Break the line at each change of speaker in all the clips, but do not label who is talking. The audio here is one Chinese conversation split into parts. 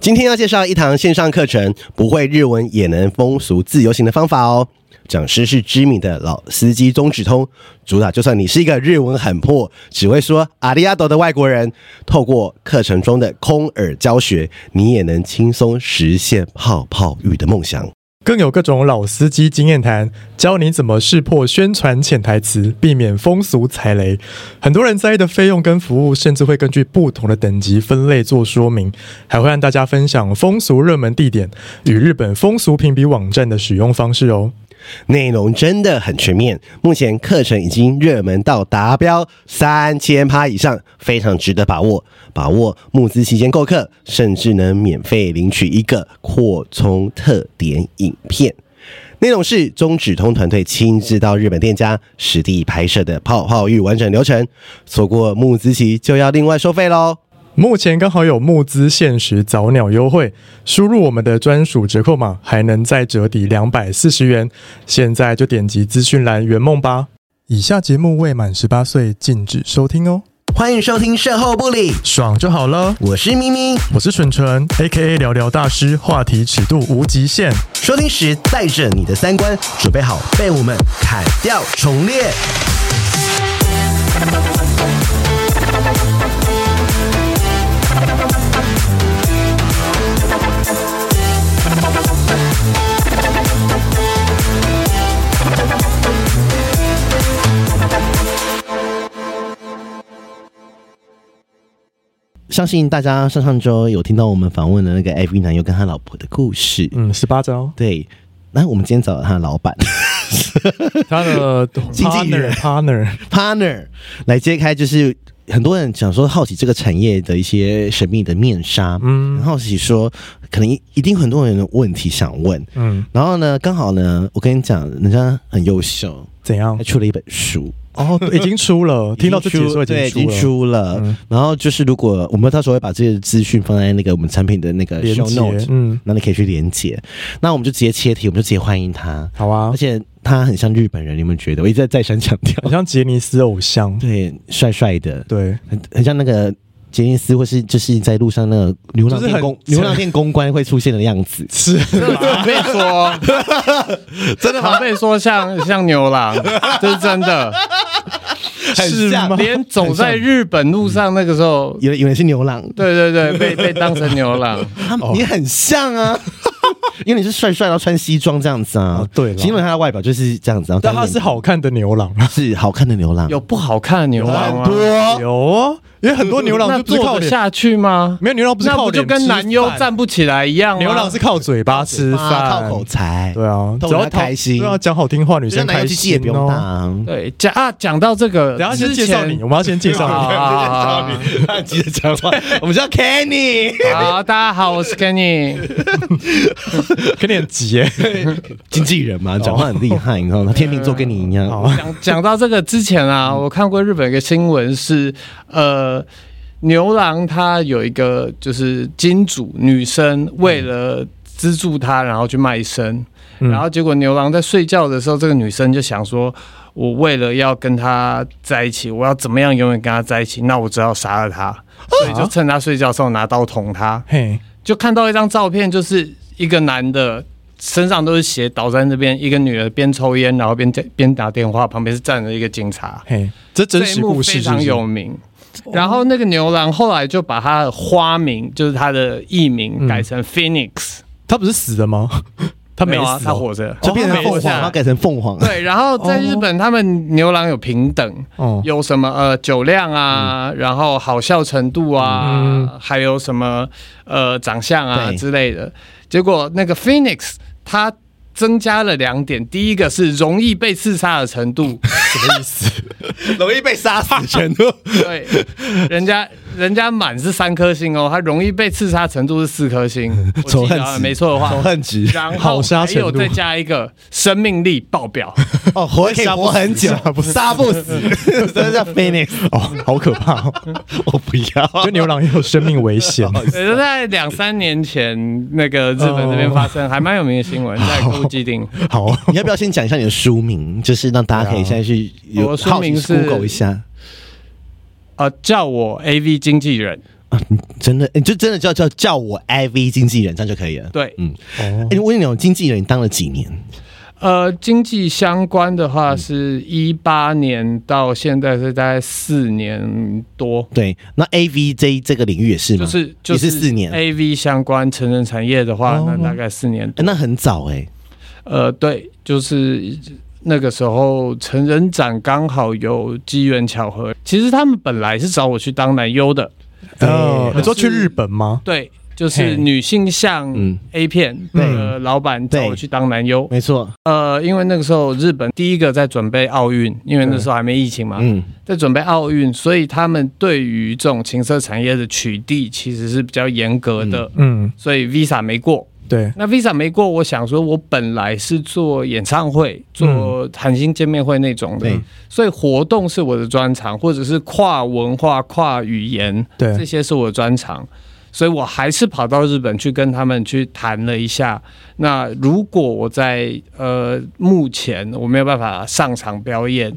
今天要介绍一堂线上课程，不会日文也能风俗自由行的方法哦。讲师是知名的老司机中指通，主打就算你是一个日文很破，只会说阿里亚斗的外国人，透过课程中的空耳教学，你也能轻松实现泡泡浴的梦想。
更有各种老司机经验谈，教你怎么识破宣传潜台词，避免风俗踩雷。很多人在意的费用跟服务，甚至会根据不同的等级分类做说明，还会和大家分享风俗热门地点与日本风俗评比网站的使用方式哦。
内容真的很全面，目前课程已经热门到达标三千趴以上，非常值得把握。把握募资期间购课，甚至能免费领取一个扩充特点影片。内容是中指通团队亲自到日本店家实地拍摄的泡泡浴完整流程，错过募资期就要另外收费喽。
目前刚好有募资限时早鸟优惠，输入我们的专属折扣码，还能再折抵两百四十元。现在就点击资讯栏圆梦吧。以下节目未满十八岁禁止收听哦，
欢迎收听《售后不理》，
爽就好了。
我是咪咪，
我是纯纯，A K A 聊聊大师，话题尺度无极限。
收听时带着你的三观，准备好被我们砍掉重练。相信大家上上周有听到我们访问的那个 AV 男优跟他老婆的故事，，
嗯，十八招
对。那我们今天找了他的老板
他的
经纪人
partner partner，
partner 来揭开，就是很多人想说好奇这个产业的一些神秘的面纱，嗯，很好奇说可能一一定很多人的问题想问，
嗯，
然后呢，刚好呢，我跟你讲，人家很优秀，
怎样
他？出了一本书，
哦，已经 出了，听到这集的时候已
对
经
已经
出了。嗯
出了。然后就是，如果我们到时候会把这些资讯放在那个我们产品的那个
连
show
接
note，
嗯，
那你可以去连接。那我们就直接切题，我们就直接欢迎他。
好啊
而，且他很像日本人，你们觉得？我一直在再三强调，
很像杰尼斯偶像。
对，帅帅的，
对，
很很像那个。杰尼斯，或是就是在路上那个牛郎
就是
店
很
公、牛郎店公关会出现的样 子，
是
常被说，真的常被说像像牛郎，这是真的。
是
像
吗？
连走在日本路上那个时候，
有人有人是牛郎，
对对对，被被当成牛郎。
他你很像啊， 因为你是帅帅，然后穿西装这样子啊
哦。对啦
因为他的外表就是这样子，然后
但他
脸
是好看的牛郎，啊
是好看的牛郎，
有不好看的牛郎
很
吗？
多
有啊，因为很多牛郎
那
就不是靠
坐得
脸，
下去吗？
没有牛郎不是
那
靠
不
脸
就跟男
吃
优
饭
站不起来一样吗？
牛郎是靠嘴巴吃
啊
饭，
靠口才，
对啊，
逗
只要
人家开心
对啊，讲好听话，女
就像
生
男
开
友去戏也
心
不用打
哦。
啊。
对讲啊，讲到这个，
等一下先
之
介绍
前
你，我们要先介
啊
绍
啊啊啊
他急着讲话， 我们叫 Kenny，
好，大家好，我是 Kenny。
你，跟你很急耶。
经纪人嘛，讲话很厉害，你知道吗？天秤座跟你一样，
好，
讲讲到这个之前啊，我看过日本有一个新闻是，呃，牛郎他有一个就是金主女生为了资助他，然后去卖身，
嗯
然后结果牛郎在睡觉的时候，这个女生就想说，我为了要跟他在一起，我要怎么样永远跟他在一起？那我只好杀了他，所以就趁他睡觉的时候拿刀捅他。
嘿，
就看到一张照片，就是一个男的身上都是血，倒在那边；一个女的边抽烟，然后边在边打电话，旁边是站着一个警察。
嘿，这真
这
实
一幕
故事
非
是不
常
是
有名。然后那个牛郎后来就把他的花名，就是他的艺名，改成 Phoenix。
他不是死了吗？嗯 他没
有啊，
死
他
哦，
活着。
就变成凤
哦
凰，要改成凤凰，
对，然后在日本，他们牛郎有平等，
哦，
有什么呃酒量
嗯
啊，然后好笑程度啊，
嗯
还有什么呃长相啊
对
之类的。结果那个 Phoenix 它增加了两点，第一个是容易被刺杀的 程度，
什么意思？
容易被杀死全都。
对，人家人家满是三颗星哦，他容易被刺杀程度是四颗星，我
仇
记
恨
得啊
值
没错的话
仇。恨值
然后
好杀
还
程度
有再加一个生命力爆 表，
哦，活可以活很久，杀不 死，这叫 Phoenix。
哦，好可怕 哦！
我不
就
要，
牛郎也有生命危险。
也是在两三年前那个日本那
哦
边发生，还蛮有名的新闻，在固基定。
好，
你要不要先讲一下你的书名，就是让大家可以现在去有
我的书
好奇
名是
Google 一下。
呃，叫我 AV 经纪人，
真的，你就真的叫叫叫我 IV 经纪人，这样就可以了。
对，
嗯，
哦
哎、，我问你哦，经纪人你当了几年？
呃，经济相关的话
嗯
是一八年到现在是大概四年多，
对，那 AV 这这个领域也是吗？
就是就
也是四年
A V 相关成人产业的话，
哦
那大概四年
哎
多。
那很早哎、
呃，对，就是那个时候成人展刚好有机缘巧合，其实他们本来是找我去当男优的，
哦，
对
你说去
就是
日本吗？
对，就
嘿
是女性向
嗯
A 片
对
的老板找
对
我去当男优，
没错，
呃，因为那个时候日本第一个在准备奥运，因为那时候还没疫情嘛，
嗯，
在准备奥运，所以他们对于这种情色产业的取缔其实是比较严格的，
嗯，
所以 Visa 没过。
对，
那 Visa 没过，我想说，我本来是做演唱会、做韩星见面会那种的，
嗯对
所以活动是我的专长，或者是跨文化、跨语言，
对
这些是我的专长。所以我还是跑到日本去跟他们去谈了一下。那如果我在呃幕前我没有办法上场表演，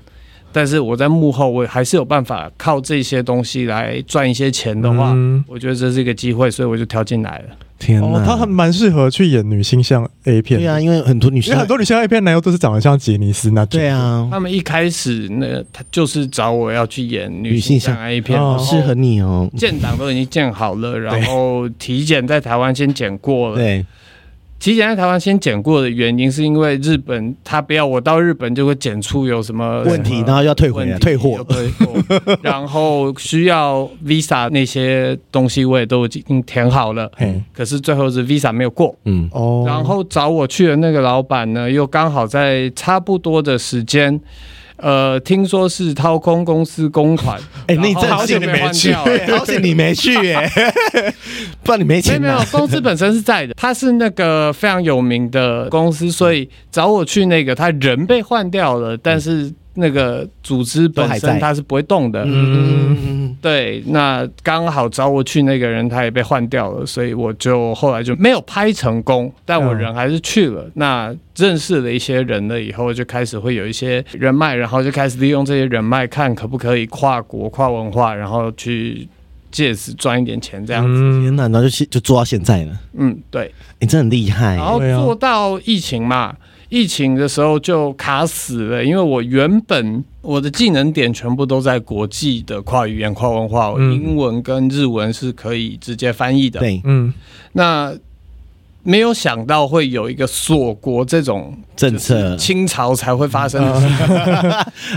但是我在幕后我还是有办法靠这些东西来赚一些钱的话，
嗯
我觉得这是一个机会，所以我就跳进来了。
天哪，
哦，他很蛮适合去演女性向 A 片，
对啊，，因为很多女
因
生
为很多女性向 A 片男优都是长得像杰尼斯那种，
对，啊，
他们一开始呢，他就是找我要去演女
女性
性
向
向 A
哦
片，然
好
后
适合你哦，
建档都已经建好了，然后体检在台湾先检过了。
对，
体检在台湾先检过的原因是因为日本他不要我到日本就会检出有什么
问题
什么
然后要退回来
问题
退货，
退 货，然后需要 Visa 那些东西我也都已经填好了，
嘿，
可是最后是 Visa 没有过。
嗯，
哦，
嗯然后找我去的那个老板呢，又刚好在差不多的时间，呃，听说是掏空公司公款，
哎、那你真的
然后
好险你
就被
没
换
去，
掉 了
好险你没去 耶、不然你没
没有
钱
没有
拿，，
公司本身是在的，他是那个非常有名的公司，所以找我去那个，他人被换掉了，但是那个组织本
都还在
身他是不会动的。
嗯，
对，那刚好找我去那个人他也被换掉了，所以我就后来就没有拍成功，但我
嗯
人还是去了。那认识了一些人了以后，就开始会有一些人脉，然后就开始利用这些人脉，看可不可以跨国跨文化，然后去借此赚一点钱这样子。
天
嗯，
哪，然后就现就做到现在了，
嗯对。
你、真的很厉害
然后
对啊
做到疫情嘛，疫情的时候就卡死了，因为我原本我的技能点全部都在国际的跨语言、跨文化，
嗯
英文跟日文是可以直接翻译的。
对，
嗯，
那没有想到会有一个锁国这种
政策
就是清朝才会发生的事情，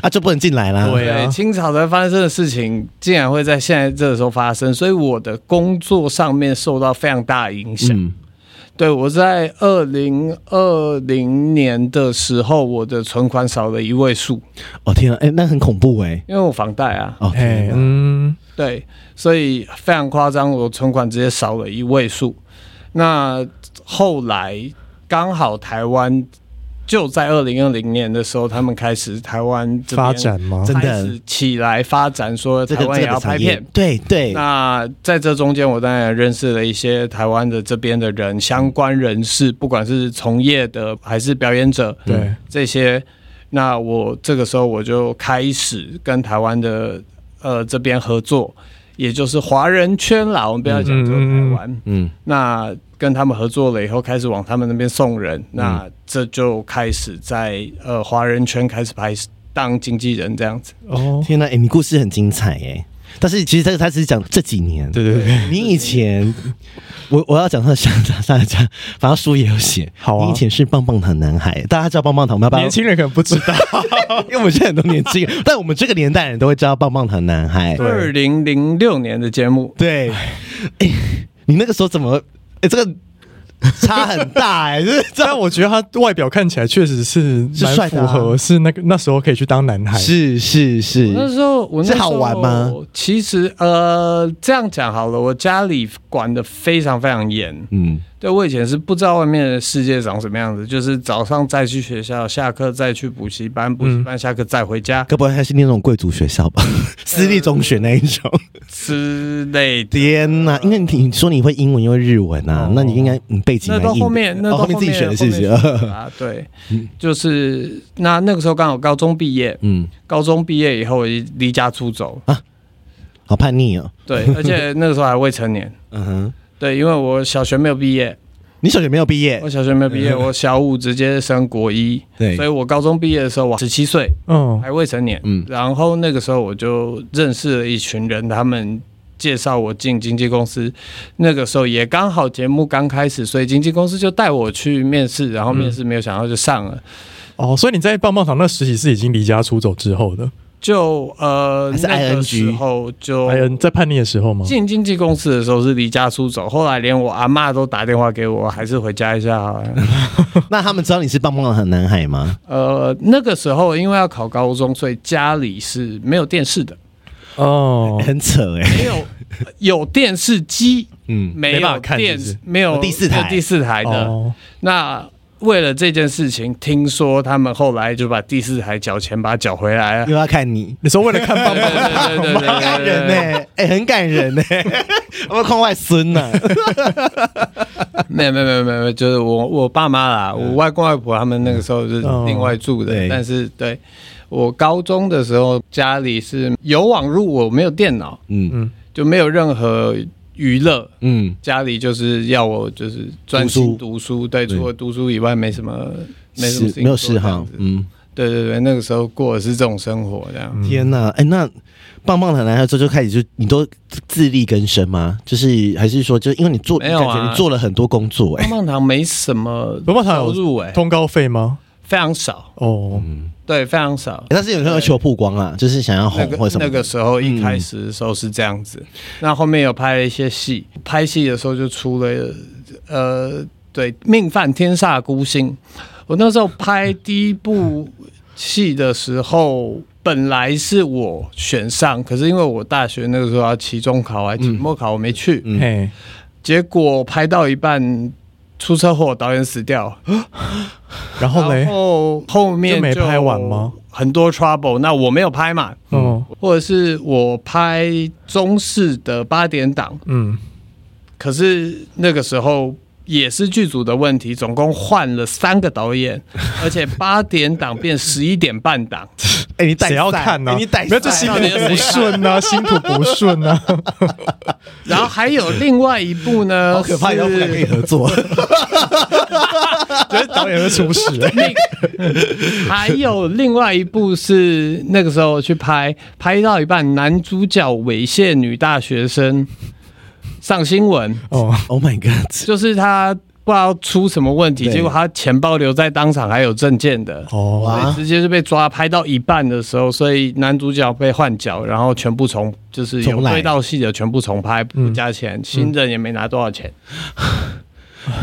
啊就不能进来啦，
嗯对啊
清朝才发生的事情，竟然会在现在这个时候发生，所以我的工作上面受到非常大影响。
嗯，
对我在二零二零年的时候，我的存款少了一位数，
哦天啊，哎、那很恐怖哎、
因为我房贷啊，
哦
嘿
天，哪，
嗯，
对，所以非常夸张，我存款直接少了一位数。那后来刚好台湾就在二零二零年的时候，他们开始台湾这边
发展吗？
真的
开始起来发展，说
这
台
个
湾
这
也
个
要拍
产业
片，。
对对，
那在这中间，我当然也认识了一些台湾的这边的人，相关人士，不管是从业的还是表演者，
对，
这些。那我这个时候我就开始跟台湾的呃这边合作，也就是华人圈啦，我们不要讲说台湾。
嗯，
那跟他们合作了以后，开始往他们那边送人，那这就开始在呃华人圈开始拍当经纪人这样子。
哦，
天哪，哎、你故事很精彩哎、但是其实他他只是讲这几年，
对对对，
你以前，我我要讲他的下下下家，反正书也有写。
好啊
你以前是棒棒糖男孩，大家知道棒棒糖吗？
年轻人可能不知道，
因为我们现在很多年轻人，但我们这个年代人都会知道棒棒糖男孩。
对
二零零六年的节目，
对，哎你那个时候怎么？哎、这个差很大哎、就是 这
但我觉得他外表看起来确实是
是
蛮
帅的啊
符合，是那个那时候可以去当男孩，
是是是，
那时候我那时候
是好玩吗？
嗯其实呃，这样讲好了，我家里管的非常非常严。
嗯，
对我以前是不知道外面的世界长什么样子，就是早上再去学校，下课再去补习班，补习
嗯
班下课再回家、
该不会还是念那种贵族学校 吧？私立中学那一种？
之类的。
天
呃
哪！因为你你说你会英文又会日文啊，
哦
那你应该你背景
那
蛮
到
硬的
后面，那
哦
到
后面自己选的嗯是不
后面选
是
的？ 啊，对，就是那那个时候刚好高中毕业，
嗯，
高中毕业以后我就离家出走
啊
啊，
好叛逆哦。
对，而且那个时候还未成年。
嗯哼，
对，因为我小学没有毕业，
你小学没有毕业
我，小学没有毕 业，我小五直接升国一，
对
所以我高中毕业的时候我十七岁，
嗯
还未成年。
嗯
然后那个时候我就认识了一群人，他们介绍我进经纪公司。那个时候也刚好节目刚开始，所以经纪公司就带我去面试，然后面试没有想到就上了。
哦，所以你在棒棒糖那实习是已经离家出走之后的，
就呃
还是
那个
ING
时候
哦
就
哎呀，你在叛逆的时候吗？
进经纪公司的时候是离家出走，后来连我阿嬷都打电话给我，还是回家一下好了。
那他们知道你是棒棒糖男孩吗？
呃，那个时候因为要考高中，所以家里是没有电视的，
哦，
很扯 哎，
没有有电视机，
嗯，
没
没
办法
有
看
电
是不是
没有
有第四台
没有第四台的。
哦，
那为了这件事情，听说他们后来就把第四台缴钱把它缴回来 了。
又要看你，
你说为了看 棒
对
棒，
对对对对
很感
对
人
对对，
呢，哎，很感人呢，欸 我要看外孙啊呢，
没有没有没有没有，就是我我爸妈啦，我外公外婆他们那个时候是
嗯
另外住的
对，
但是对我高中的时候家里是有网路，我没有电脑，
嗯
嗯，
就没有任何娱乐，
嗯，
家里就是要我就是专心读书，对，
对
除了读书以外没什么没什么事
是
情
没有
做
嗜
这样
好
子，
嗯，
对对对，那个时候过的是这种生活这样。
天哪，哎，那棒棒糖男孩之后就开始就你都自力更生吗？就是还是说，就是因为你做，
没有啊
感觉你做了很多工作，
棒
哎，
棒糖没什么
棒棒糖有
收入
欸
哎、
通告费吗？
非常少，
哦，
嗯
对，非常少。
欸但是有时候要求曝光啊，就是想要
那
红或
个
者什么的，嗯
那个时候一开始的时候是这样子，那后面有拍了一些戏，拍戏的时候就出了呃，对，《命犯天煞孤星》。我那时候拍第一部戏的时候，本来是我选上，可是因为我大学那个时候要期中考还期末考，我没去，
嗯
嘿，
结果拍到一半。出车祸，导演死掉，
嗯
然后
然
嘞，
后后面
就没拍完吗？
很多 trouble，那我没有拍嘛，
哦，
或者是我拍中式的八点档，
嗯，
可是那个时候也是剧组的问题，总共换了三个导演，而且八点档变十一点半 档，
哎，你带
谁要
赛
看呢？
哎你带
没有这
赛
心
到
土
底有
不
谁
顺 呐，心土不顺啊 呐。
然后还有另外一部呢，
好可怕，
是
要不然可以合作。
觉得导演会出事、 欸。
另还有另外一部是那个时候去拍，拍到一半，男主角猥亵女大学生，上新闻。
哦，
Oh my god！
就是他不知道出什么问题，
对
结果他钱包留在当场，还有证件的，
哦，
哇
所以直接就被抓。拍到一半的时候，所以男主角被换角，然后全部重，就是有
重来
对到戏的全部重拍，
嗯
不加钱，新人也没拿多少钱。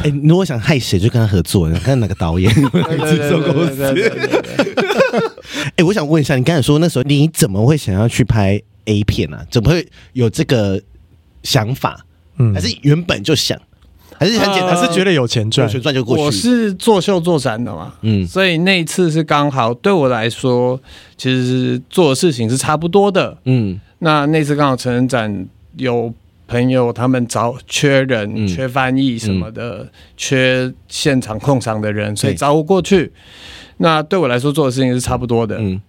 哎、你如果想害谁，就跟他合作，你看哪个导演？
对对对对对对对对对对
哎、我想问一下，你刚才说那时候你怎么会想要去拍 A 片啊？怎么会有这个想法？
嗯，呃
还是原本就想？还是很简单，
还是觉得有钱
转
赚，
旋转就过去？
我是做秀做展的嘛，
嗯
所以那一次是刚好对我来说，其实做的事情是差不多的。
嗯
那那次刚好成人展有朋友他们找缺人、
嗯
缺翻译什么的，缺现场控场的人，所以
对
找我过去。那对我来说做的事情是差不多的。
嗯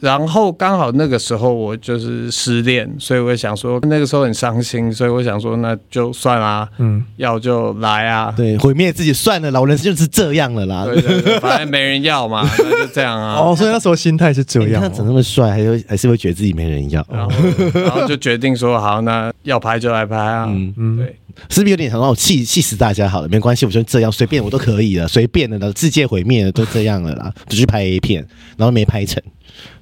然后刚好那个时候我就是失恋，所以我想说那个时候很伤心，所以我想说那就算啦、
嗯，
要就来啊。
对，毁灭自己算了啦，我人生就是这样了啦。
对对对，反正没人要嘛，那就这样啊。
哦，所以那时候心态是这
哎你
样、呃
看长那么帅，还是还是会觉得自己没人要，
然后，然后就决定说好，那要拍就来拍啊。
嗯
嗯，
对，
是不是有点想让我气气死大家？好了，没关系，我就这样，随便我都可以了，随便的了，世界毁灭了都这样 了啦，就去拍 A 片，然后没拍成，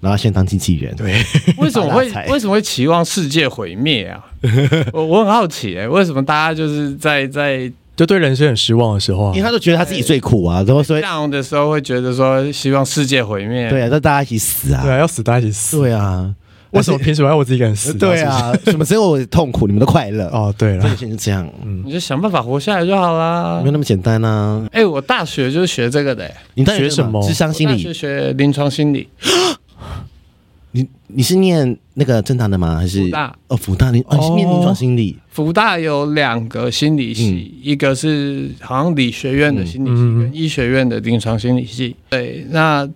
然后现在当经纪人，
对，
为什么会
发大财
为什么会期望世界毁灭啊？ 我我很好奇、欸，为什么大家就是在在
就对人生很失望的时候啊
因为，他就觉得他自己最苦 啊，然后所以
down 的时候会觉得说希望世界毁灭？
对啊，那大家一起死
对
啊，
啊，要死大家一 起死。
对啊，
为什么凭什么要我自己一个人
呃
死？
对
是
啊，什么只有我痛苦，你们都快乐
不是，，哦，嗯对
这
了
个，现在是这样，
你就想办法活下来就好啦
没有。那么简单啊。
哎、我大学就是学这个的、欸，
你当然
学
有这个
什么
智商心
我大学
理，
学临床心理，
你你是念那个正大的吗？还是
福大
哦，福大你哦，你是念
哦
临床心理，
福大有两个心理
嗯
系，一个是好像理学院的心理系，
嗯
跟医学院的临床心理系。对，那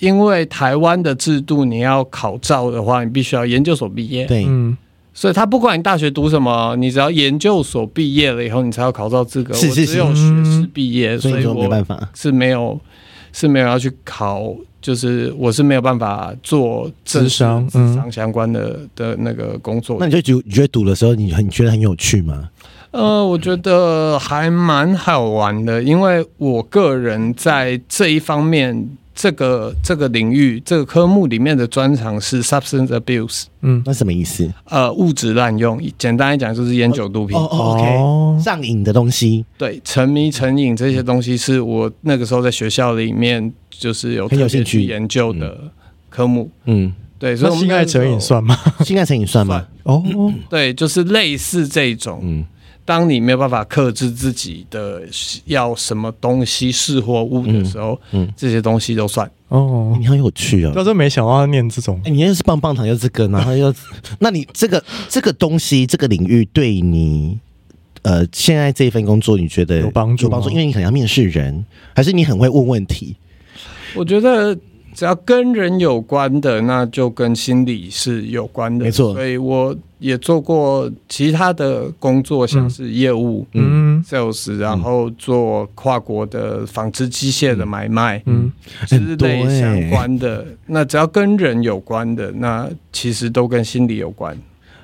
因为台湾的制度，你要考照的话，你必须要研究所毕业。
对，
嗯，
所以他不管你大学读什么，你只要研究所毕业了以后，你才有考照资格。
是是是
我只有学士毕业，
所
所
以
以
就没
我
办法。
是没有是没有要去考，就是我是没有办法做正
智商
智
嗯
商相关的、的那个工作
那。你就觉你觉得读的时候，你很你觉得很有趣吗？
呃，我觉得还蛮好玩的，因为我个人在这一方面。这个这个领域这个科目里面的专长是 substance abuse，
嗯，
那什么意思？
呃，物质滥用，简单来讲就是烟酒毒品。
哦哦，OK，上瘾的东西
对，沉
嗯
迷、成瘾这些东西是我那个时候在学校里面就是有
很有
特别
兴趣
去研究的科目。
嗯，
对，所以
那
我们
性
那
爱
个时候
成瘾算吗？
性爱成瘾算吗
算？
哦，
对，就是类似这种，
嗯，
当你没有办法克制自己的要什么东西是或物的时候，
嗯嗯
这些东西都算。
哦，
你很有趣
到
哦。
时候没想到要念这种
哎，你又是棒棒糖，又是这个，然后又，那你这个这个东西，这个领域对你，呃，现在这一份工作，你觉得
有帮助
有帮助，
吗
因为你可能要面试人，还是你很会问问题？
我觉得只要跟人有关的，那就跟心理是有关的。
没错
所以我也做过其他的工作，像是业务，
嗯
sales，然后做跨国的纺织机械的买卖、
嗯，
之类
很多欸
相关的。那只要跟人有关的，那其实都跟心理有关，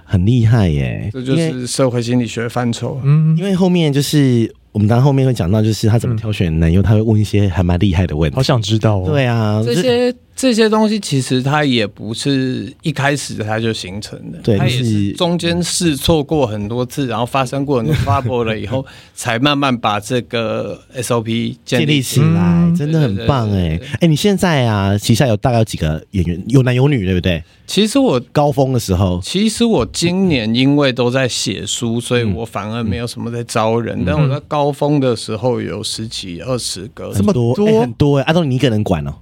很厉害耶、
这就
因为
是社会心理学范畴。
嗯，
因为后面就是我们当然后面会讲到，就是他怎么挑选男优，他会问一些还蛮厉害的问题
好。想知道哦。，
对啊，
这
就
些这些东西其实它也不是一开始它就形成的，
对
它也
就是
是中间试错过很多次，然后发生过很多 trouble 了以后，
嗯
才慢慢把这个 SOP
建
建
立
立
起来，
嗯
真的很棒哎、
对对对
哎、你现在啊，旗下有大概有几个演员，有男有女，对不对？
其实我
高峰的时候，
其实我今年因为都在写书，所以我反而没有什么在招人。但我在高峰的时候有十几、二十个，
很多
多
哎很多哎、阿东你一个人管哦、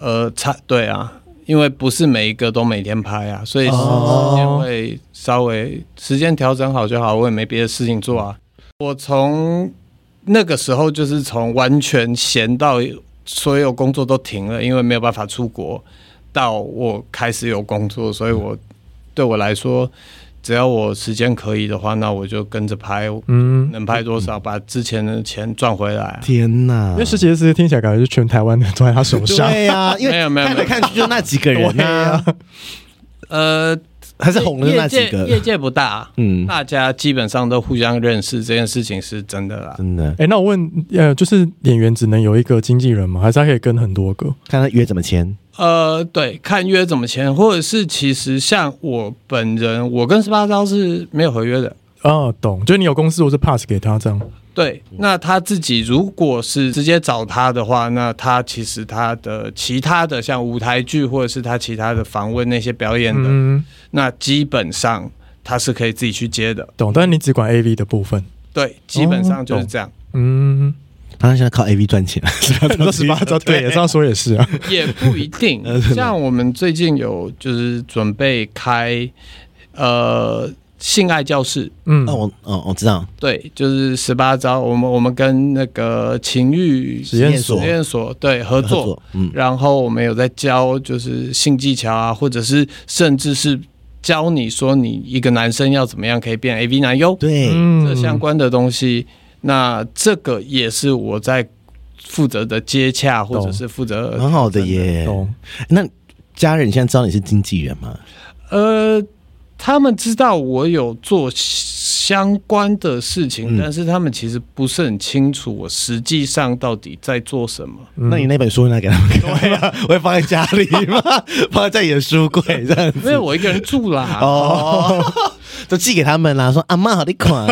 呃，差对啊，因为不是每一个都每天拍啊，所以时
哦
间会稍微时间调整好就好。我也没别的事情做啊。我从那个时候就是从完全闲到所有工作都停了，因为没有办法出国，到我开始有工作，所以我对我来说，只要我时间可以的话，那我就跟着拍，
嗯，
能拍多少把之前的钱赚回来啊、
天哪
因为！石杰斯听起来感觉是全台湾的都在他手上。
对啊，因为
没有没有
看来
没有
看去就那几个人
对
啊
啊，
呃，
还是红的那
业
几
界
个
业，界不大、啊
嗯，
大家基本上都互相认识，这件事情是真的啦。
真的，
哎、那我问，呃，就是演员只能有一个经纪人吗？还是他可以跟很多个？
看他约怎么签，
呃，对，看约怎么签，或者是其实像我本人，我跟十八招是没有合约的。
哦，懂，就是你有公司，我是 pass 给他这样。
对，那他自己如果是直接找他的话，那他其实他的其他的像舞台剧或者是他其他的访问那些表演的，
嗯，
那基本上他是可以自己去接的。
懂，但是你只管 AV 的部分。
对，基本上就是这样，
嗯，
他现在靠 A V 赚钱，
你说十八招，对，这样说也是啊。
也不一 定。
呃
像我们最近有就是准备开呃性爱教室，
嗯，
那我哦我知道，
对，就是十八招，我们我们跟那个情欲
实验所
实验所对合作，，
嗯，
然后我们有在教就是性技巧啊，或者是甚至是教你说你一个男生要怎么样可以变 AV 男优
对，
嗯
这相关的东西，那这个也是我在负责的接洽或者
懂
是负责
蛮好的耶。
懂，
那家人现在知道你是经纪人吗？
呃，他们知道我有做相关的事情，
嗯
但是他们其实不是很清楚我实际上到底在做什 么。
嗯
那你那本书拿给他们看？对啊， 我会放在家里 吗？放在你的书柜这样
因为我一个人住啦，
哦，就寄给他们啦，说阿妈好你款，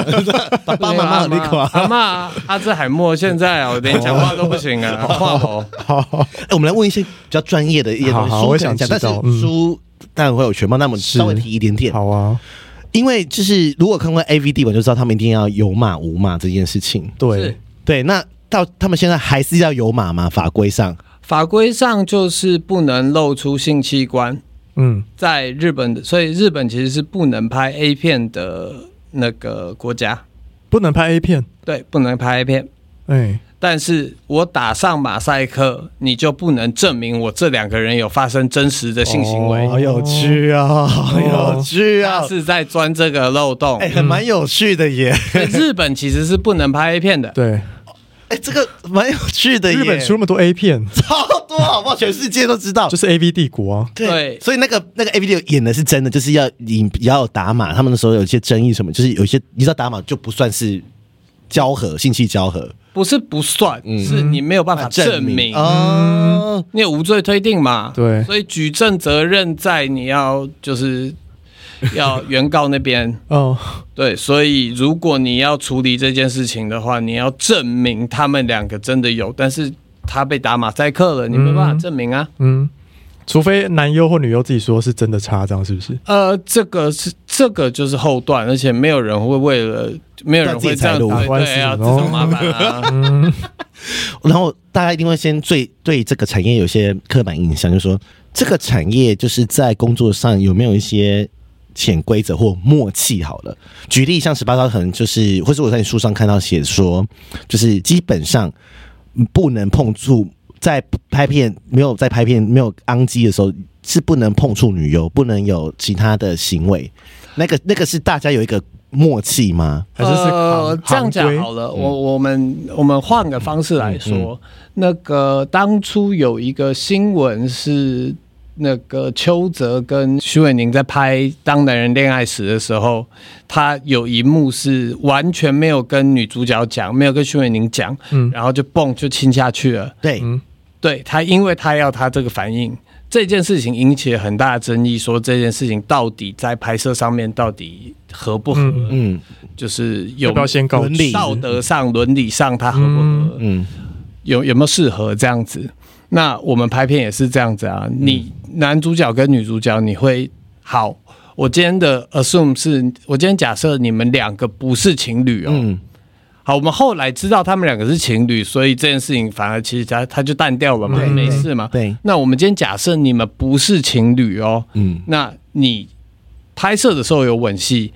爸爸妈妈好你款。
阿啊妈阿兹海默现 在啊，我连讲话都不行
哦
啊，话头。
好，
哎，我们来问一些比较专业的一些东西，
好好
书
我
可能
想
讲，但
知
是
道嗯
书当然会有全貌，那我们
是
稍微提一点点，
好啊，
因为就是如果看过 A V 地板就知道他们一定要有码无码这件事情。
对
是，
对，那到他们现在还是要有码吗？法规上
法规上就是不能露出性器官，
嗯，
在日本的，所以日本其实是不能拍 A 片的那个国家，
不能拍 A 片，
对，不能拍 A 片。
哎，
但是我打上马赛克，你就不能证明我这两个人有发生真实的性行
哦
为。
好有趣啊，好有趣啊
他，是在钻这个漏洞。
哎、很蛮有趣的耶，
嗯
所以日本其实是不能拍 A 片的，
对，
哎、这个蛮有趣的耶，
日本出那么多 A 片，
超多，好不好？全世界都知道
就。是 A V 帝国啊。
对
所以那个那个 A V 演的是真的，就是要你要有打码，他们那时候有一些争议什么，就是有一些你知道打码就不算是交合，性器交合，
不是不算，是你没有办
啊
法证明，
哦，
你有无罪推定嘛？
对
所以举证责任在你要就是要原告那边。
哦，
对，所以如果你要处理这件事情的话，你要证明他们两个真的有，但是他被打马赛克了，你没办法证明啊。
嗯，除非男优或女优自己说是真的差，这样是不是？
呃，这个是这个就是后段，而且没有人会为了没有人会
自己
这样
才
对
录
对啊，
打官司
自找麻烦啊。
然后大家一定会先最对这个产业有些刻板印象，就是说这个产业就是在工作上有没有一些潜规则或默契？好了，举例像十八招，可能就是，或是我在你书上看到写说，就是基本上不能碰触，在拍片没有在拍片没有肮机的时候是不能碰触女优，不能有其他的行为。那个那个是大家有一个默契吗？
还是是
呃
行、
这样讲
行规嗯
好了，我我们我们换个方式来说，
嗯
那个当初有一个新闻是那个邱泽跟徐伟宁在拍《当男人恋爱时》的时候，他有一幕是完全没有跟女主角讲，没有跟徐伟宁讲，
嗯
然后就蹦就亲下去了。
对，
嗯
对他，因为他要他这个反应，这件事情引起了很大的争议，说这件事情到底在拍摄上面到底合不合，
嗯
嗯
就是有
要不要先告
伦理
知？
道德上、伦理上它合不合，
嗯
嗯，
有有没有适合这样子？那我们拍片也是这样子
嗯
啊，你男主角跟女主角，你会好。我今天的 assume 是我今天假设你们两个不是情侣哦，
嗯
好，我们后来知道他们两个是情侣，所以这件事情反而其实他他就淡掉了嘛，
对
没事嘛。
嗯对
那我们今天假设你们不是情侣哦，
嗯
那你拍摄的时候有吻戏，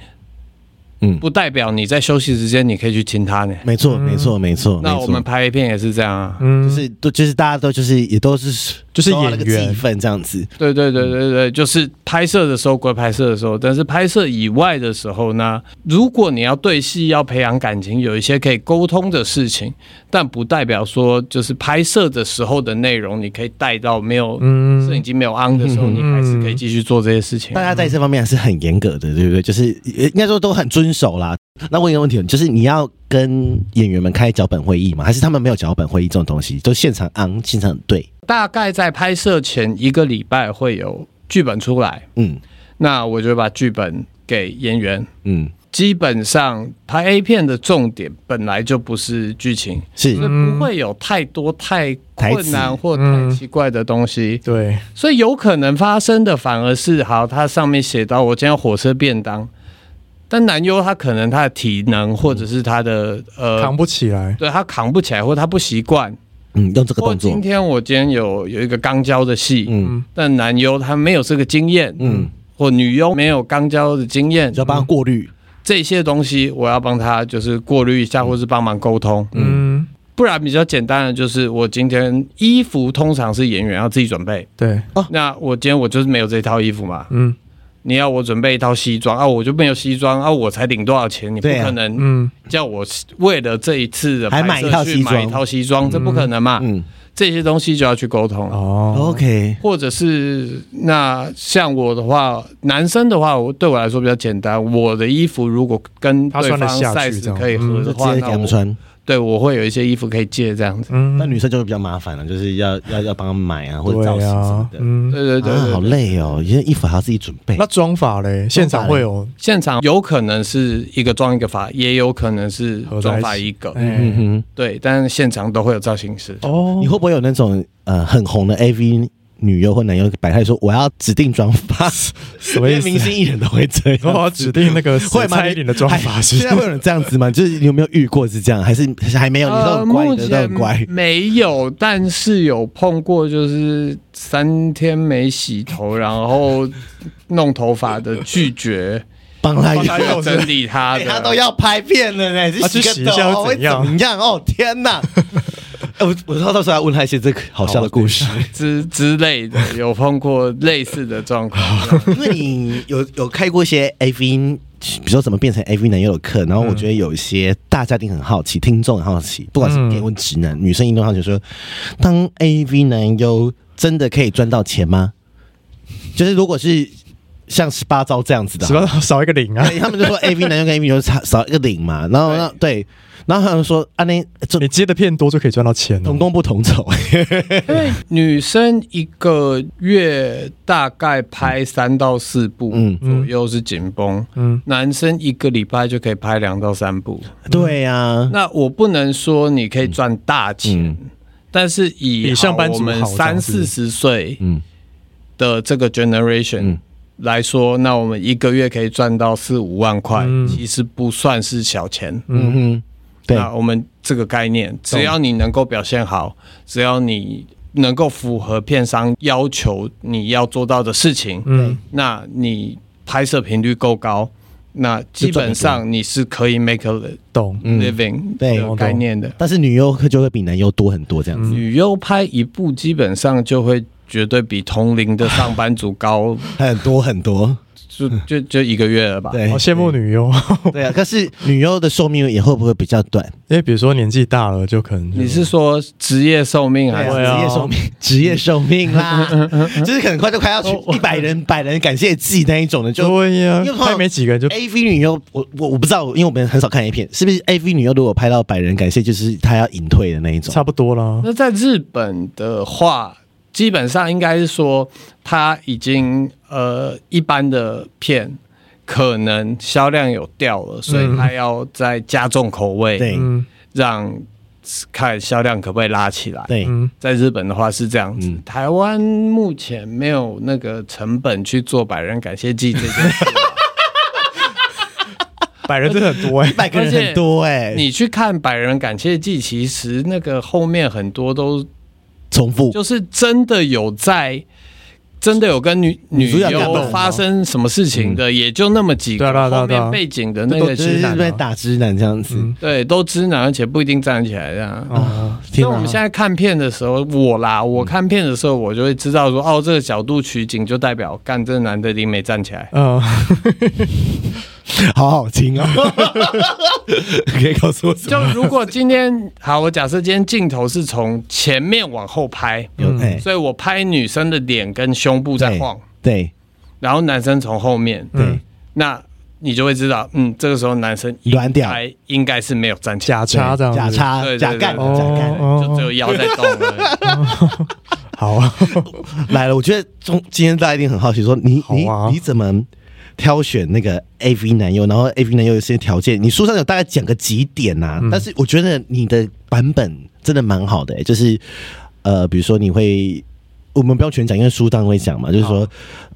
嗯，
不代表你在休息时间你可以去亲他呢。
没错没错没错。
那
没错
我们拍片也是这样啊。
嗯，
就是都就是大家都就是也都是
就是
受到那个
演员
气氛这样子，
对对对对对，就是拍摄的时候归拍摄的时候，但是拍摄以外的时候呢，如果你要对戏要培养感情，有一些可以沟通的事情，但不代表说就是拍摄的时候的内容，你可以带到没有
嗯
摄影机没有 on 的时候，你还是可以继续做这些事情啊
大。家在这方面还是很严格的，对不对？就是呃应该说都很遵守啦。那问一个问题，哦就是你要跟演员们开脚本会议吗？还是他们没有脚本会议这种东西，都现场昂，现场对？
大概在拍摄前一个礼拜会有剧本出来，
嗯
那我就把剧本给演员。
嗯，
基本上拍 A 片的重点本来就不是剧情，
是
所以不会有太多太困
台词
难或
嗯
太奇怪的东西，
对，
所以有可能发生的反而是好，它上面写到我今天要火车便当，但男优他可能他的体能或者是他的呃
扛，不起来。
对他扛不起来或他不习惯，
嗯，用这个
或
动作
今，天我今天有有一个肛交的戏，
嗯
但男优他没有这个经验，
嗯，
或女优没有肛交的经验
只，要帮他过滤，
这些东西我要帮他就是过滤一下，或是帮忙沟通，
嗯，
不然比较简单的就是，我今天衣服通常是演员要自己准备。
对，
那我今天我就是没有这套衣服嘛，
嗯
你要我准备一套西装啊，我就没有西装啊，我才领多少钱？你不
对啊
可能
嗯
叫我为了这一次的
还买
拍
一套
摄去
西装
买一套西装，这不可能嘛？
嗯
这些东西就要去沟通。
哦，
，OK，
或者是那像我的话，男生的话，我对我来说比较简单。我的衣服如果跟
他
对
穿
方
得下去这
size
样
可以合
嗯
就
的
直
话，
接给
那
他们
我
穿。
对我会有一些衣服可以借这样子。
那
嗯，
女生就会比较麻烦了，就是要要要帮他们买啊，或者造
对
型什么
啊，
的。
嗯，
对对对
啊，
对
好累哦！因为衣服还要自己准备
那，妆法嘞，现场会有，
现场有可能是一个妆一个发，也有可能是妆发一个，
嗯
哎，
哼，
对，但是现场都会有造型师。
哦
你，会不会有那种呃很红的 AV 女优或男优摆态说我要指定妆发？
什么
因
意
为明
思？
星艺人都会这
我
样，
要指定那个
哦 会吗？
蔡依林的妆法是
现在会有人这样子吗？就是你有没有遇过是这样，还是还是还没有？哦你都很乖，
呃目
你都很乖
前。没有，但是有碰过，就是三天没洗头，然后弄头发的拒绝，
帮他
帮他 用
整理他
哎
的，
他都要拍片了呢，去
啊去洗一下
个头
又
会
怎样
怎样？哦天哪！哎我我到到时候要问他一些这个好笑的故 事，
之之类的，有碰过类似的状况。
因为你有有开过一些 AV，比如说怎么变成 AV 男友的课，然后我觉得有一些大家一定很好奇，听众很好奇，不管是
嗯
给问直男、女生，一定好奇说，当 AV 男优真的可以赚到钱吗？就是如果是像十八招这样子的哎
只，要少一个零啊，
对他们就说 AV 男优跟 AV 女优差少一个零嘛，然后那对，然后他们说啊那这
你接的片多就可以赚到钱
同
哦。
工不同酬，
因为 女生一个月大概拍三到四部
嗯
左右是紧绷，
嗯，
男生一个礼拜就可以拍两到三部。
对呀、
那我不能说你可以赚大钱，
嗯
但是以
比上班族
好我们
好这样
三
子
四十岁
嗯
的这个 generation、
嗯
来说，那我们一个月可以赚到四五万块，
嗯
其实不算是小钱。
嗯哼，对，
那我们这个概念，只要你能够表现好，只要你能够符合片商要求你要做到的事情，
嗯，
那你拍摄频率够高，那基本上你是可以 make a
懂。
living
对嗯
的概念的。
嗯但是女优课就会比男优多很多这样子。
女优拍一部基本上就会绝对比同龄的上班族高，
很多很多，
就就就一个月了吧。
对，
好羡慕女优，
哎对啊。可是女优的寿命也会不会比较短？
因为比如说年纪大了，就可能就
你是说职业寿命还是？
对啊
职业寿 命，职业寿命啦，就是可能快就快要去一百人百人感谢祭那一种的，就
对呀
因为，
拍没几个人就
A V 女优，我我我不知道，因为我们很少看 A 片，是不是 A V 女优如果拍到百人感谢，就是她要隐退的那一种？
差不多
哎
啦。
那在日本的话，基本上应该是说，它已经呃一般的片可能销量有掉了，所以它要再加重口味，
对
嗯
让看销量可不可以拉起来。
对，
嗯，
在日本的话是这样子，
嗯
台湾目前没有那个成本去做百人感谢祭这件 事。
百人真的很多哎
一。 百个人很多哎，
你去看百人感谢祭，其实那个后面很多都
重复
就是真的有在，真的有跟女女
主角感动
优
吗
发生什么事情的，也就那么几
对啊
个。
对啊对啊
后
对啊
面背景的那
都
个
就
直
是
男
在
啊，
打直男这样子。
嗯
对，都知难，而且不一定站起来这样。
哦，
天
那我
哪
们现在看片的时候，我啦，我看片的时候，我就会知道说，哦，这个角度取景就代表干这个男的一定没站起 来。
嗯，
好好听 哦， 可以告诉我什
就
么？
如果今天好，我假设今天镜头是从前面往后拍，
有
嗯
哎，
所以我拍女生的脸跟胸部在晃，
对
然后男生从后面，
对
嗯，
那你就会知道，嗯，这个时候男生应
软
哎
屌
该应该是没有站起来，
假叉这样子，
假叉
对对
假干
对
哦
假干。
就只有
哦，
腰在动而已。
好 啊，
来了，我觉得中今天大家一定很好奇说你你、
好啊
你怎么挑选那个 AV 男优？然后 AV 男优有一些条件，你书上有大概讲个几点呐、啊但是我觉得你的版本真的蛮好的、欸，就是呃，比如说你会。我们不要全讲，因为书当然会讲嘛，就是说，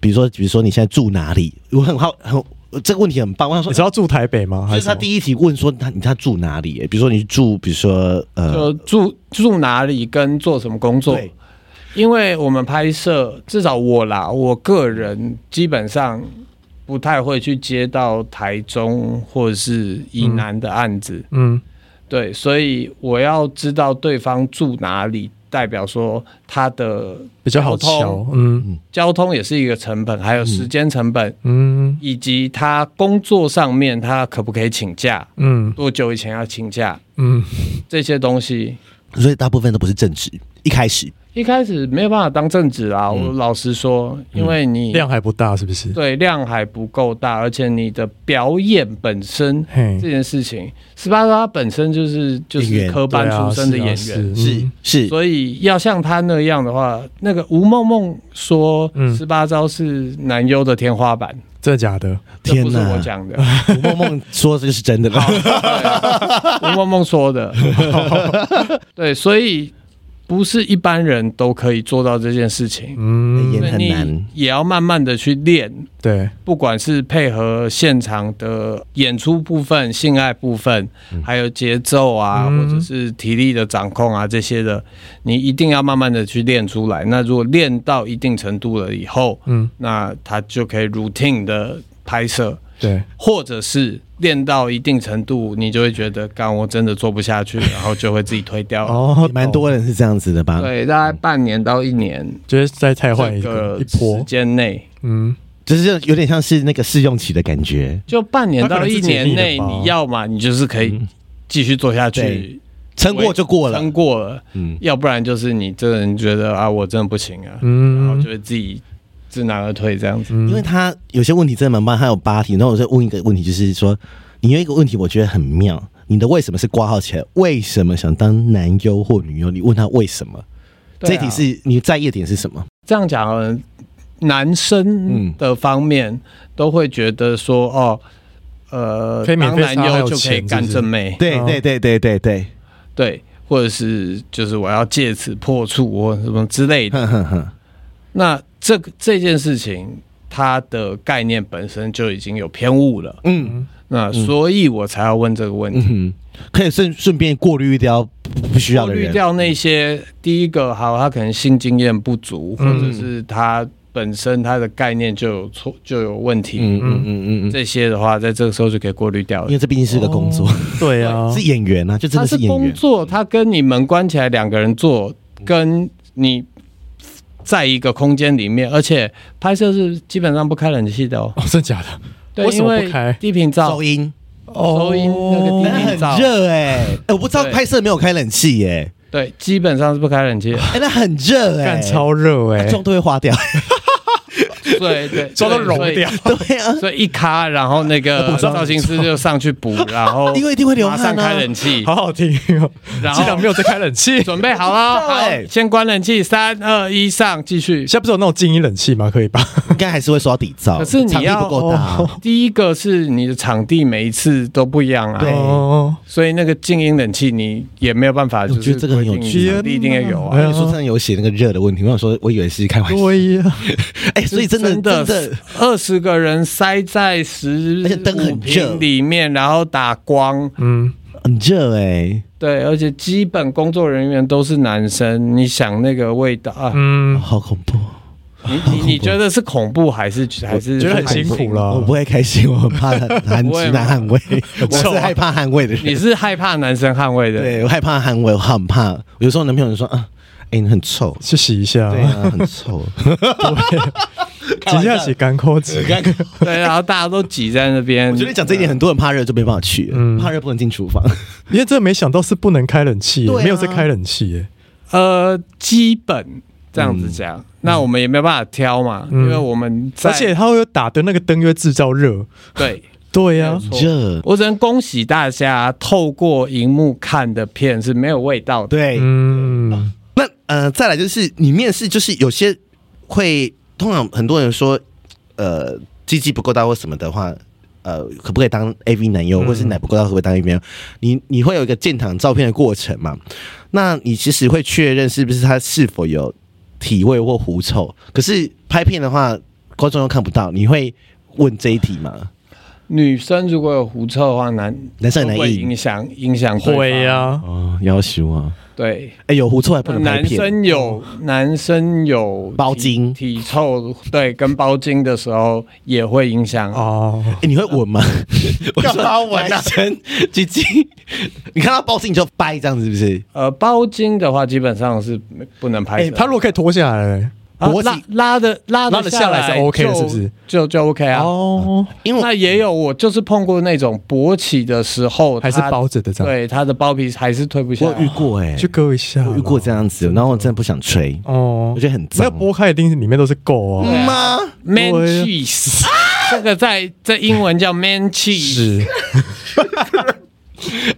比如说，比如说你现在住哪里？我很好，很这个问题很棒。我想说
你，知道住台北吗？
就
还
是是他
什么
第一题问说他你他住哪里、欸？比如说你住，比如说呃，
就住住哪里跟做什么工作，
对，
因为我们拍摄，至少我啦，我个人基本上不太会去接到台中或者是以南的案子，
嗯
对，所以我要知道对方住哪里，代表说他的
比
哎
较好
交
瞧
通，
嗯
交通也是一个成本，还有时间成本。
嗯
以及他工作上面他可不可以请假，
嗯
多久以前要请假，
嗯，
这些东西
所以大部分都不是正职，一开始
一开始没有办法当正职啊。我老实说，因为
嗯
你
量还不大是不是？
对量还不够大，而且你的表演本身
嘿
这件事情，十八他本身就是就
演
是
员
科班
对啊
出身的
是啊
演员。
是
是、
嗯
是
所以要像他那样的话，那个吴梦梦说
嗯
十八招是男优的天花板，
真的假的？
这
天
不是
哪
我讲的，
吴梦梦说这个是真的吧？
吴梦梦说的。 对，所以不是一般人都可以做到这件事情，
嗯，
也很
你
难
也要慢慢的去练。
对，
不管是配合现场的演出部分、性爱部分，
嗯
还有节奏啊，
嗯
或者是体力的掌控啊这些的，你一定要慢慢的去练出来。那如果练到一定程度了以后，
嗯
那它就可以 routine 的拍摄。
对，
或者是练到一定程度，你就会觉得干我真的做不下去，然后就会自己 推掉。
哦
也，蛮多人是这样子的吧？
对，大概半年到一年
就是再太换
这
一个
个
一
时
波，
间内，
嗯，
就是有点像是那个试用期的感觉，
就半年到一年内，
他可能自己腻了吧
你要嘛，你就是可以继续做下去
嗯对，撑过就过了
撑。过了，
嗯，
要不然就是你真的你觉得啊，我真的不行啊，然后
嗯
就会自己知难而退这样子。
嗯
因为他有些问题真的蛮棒，他有八题。然后我再问一个问题，就是说，你有一个问题我觉得很妙，你的为什么是挂号起来？为什么想当男优或女优？你问他为什么？这
对
一
啊
题是你在意的点是什么？
这样讲好了，男
嗯
生的方面都会觉得说，哦，呃，
可以免
当
费
男
杀还有
优就可以
钱
干
是不是
正妹，
对
哦
对对对对对，
对，或者是就是我要借此破处或什么之
嗯
类的。
哼哼哼，
那这个这件事情，它的概念本身就已经有偏误了，
嗯
那所以我才要问这个问题。
嗯哼，可以顺顺便过滤掉不不需要
过
的
滤
人。
掉那些第一个，好，他可能性经验不足，或
嗯
者是他本身他的概念就有错，就有问题。
嗯嗯嗯嗯嗯，
这些的话，在这个时候就可以过滤掉
因为
了。
这毕竟是个工作，，
对 啊
是演员啊，就真
他
的
是
演
工
员。
作，他跟你们关起来两个人做，跟你在一个空间里面，而且拍摄是基本上不开冷气的哦。
哦，真假的，
对，
为什
因
么不
为
开
低频
噪
噪，
音，
哦
收音那个
那
地
很
很燥
热哎、哎我不知道
对
拍摄没有开冷气耶、
对，基本上是不开冷气的。
哎、那很热哎、
干超热哎、
妆都会花 掉，
对对，
妆都融
所以
掉。
对啊，
所以一卡，然后那个造型师就上去补，然后
因为一定会流汗啊
马上开冷气，
好好听哦，
然后，
机长没有在开冷气
准备好了，
知道欸
好，先关冷气，三二一，上，继续。
现在不是有那种静音冷气吗？可以吧？
应该还是会哦刷底噪，
可是你
场地
要
不够大，
第一个是你的场地每一次都不一样
对
啊，
哦，
所以那个静音冷气你也没有办法，就
哎我觉
是
得这个很有趣嗯
规定你场地一定要有
哎
啊。
呀
你说真的有写那个热的问题，我想说，我以为是开玩笑，
对啊呀，
哎、所以真的
真的
真的
二十个人塞在十
而且灯很
五
热
平里面，然后打光，
嗯，
很热哎、
对，而且基本工作人员都是男生，你想那个味道啊，
嗯，
好恐怖，
你 你你觉得是恐怖还是还是
觉得很辛苦？了
我。不会开心，我很 怕韩
不
直
会吗
男啊汗味， 我
臭
是
啊
害怕汗味的人，
你是害怕男生捍卫的？
对我害怕汗味，我很怕。有时候男朋友就说啊，哎、你很臭，
去洗一下，
对啊，很臭，
洗一下洗干扣
呃
子，
对，然后大家都挤在那边。
我觉得讲这一点，很多人怕热就没办法去，
嗯
怕热不能进厨房。
因为真的没想到是不能开冷气耶，
对啊
没有在开冷气耶，
呃，基本这样子讲，
嗯
那我们也没有办法挑嘛，
嗯
因为我们在
而且它会有打灯，那个灯又会制造热，
对，
对啊呀
啊
没 有，错
热，
我只能恭喜大家，透过荧幕看的片是没有味道的。
对，啊
嗯，
那呃，再来就是你面试，就是有些会通常很多人说，呃，鸡鸡不够大或什么的话，呃，可不可以当 AV 男优，
嗯
或是奶不够大可不可以当 AV 男优？你你会有一个建堂照片的过程嘛？那你其实会确认是不是他是否有体味或狐臭。可是拍片的话，观众又看不到，你会问这一题吗？
女生如果有狐臭的话，男
男生很难
会
赢
影响影响
啊
对方
会啊呀，
哦，要求啊！
对，
哎、有狐臭还不能拍
男
片，
生有
嗯
男生有
包
体
茎
体臭，对，跟包茎的时候也会影响。
哦，
哎、你会闻吗？ 我
干嘛闻啊
男生鸡鸡，你看到包茎你就掰，这样子是不是？
呃，包茎的话基本上是没不能拍
哎，
摄。
它如果可以脱下来，
啊
脖子
拉拉的拉
拉
的
得下来是 OK 的
就是
不是？
就就 OK 啊。
哦，
因为
那
我
也有我就是碰过那种勃起的时候，
还是
它
包着的这样，
对它的包皮还是退不下
我有遇
来。
过哎、哦
去割一下，
我遇过这，样子，然后我真的不想吹，
哦
我，觉得很
没
脏
有。剥开一定是里面都是垢啊，
嗯吗？
Man
对啊
cheese，这个在在英文叫 man cheese，
是，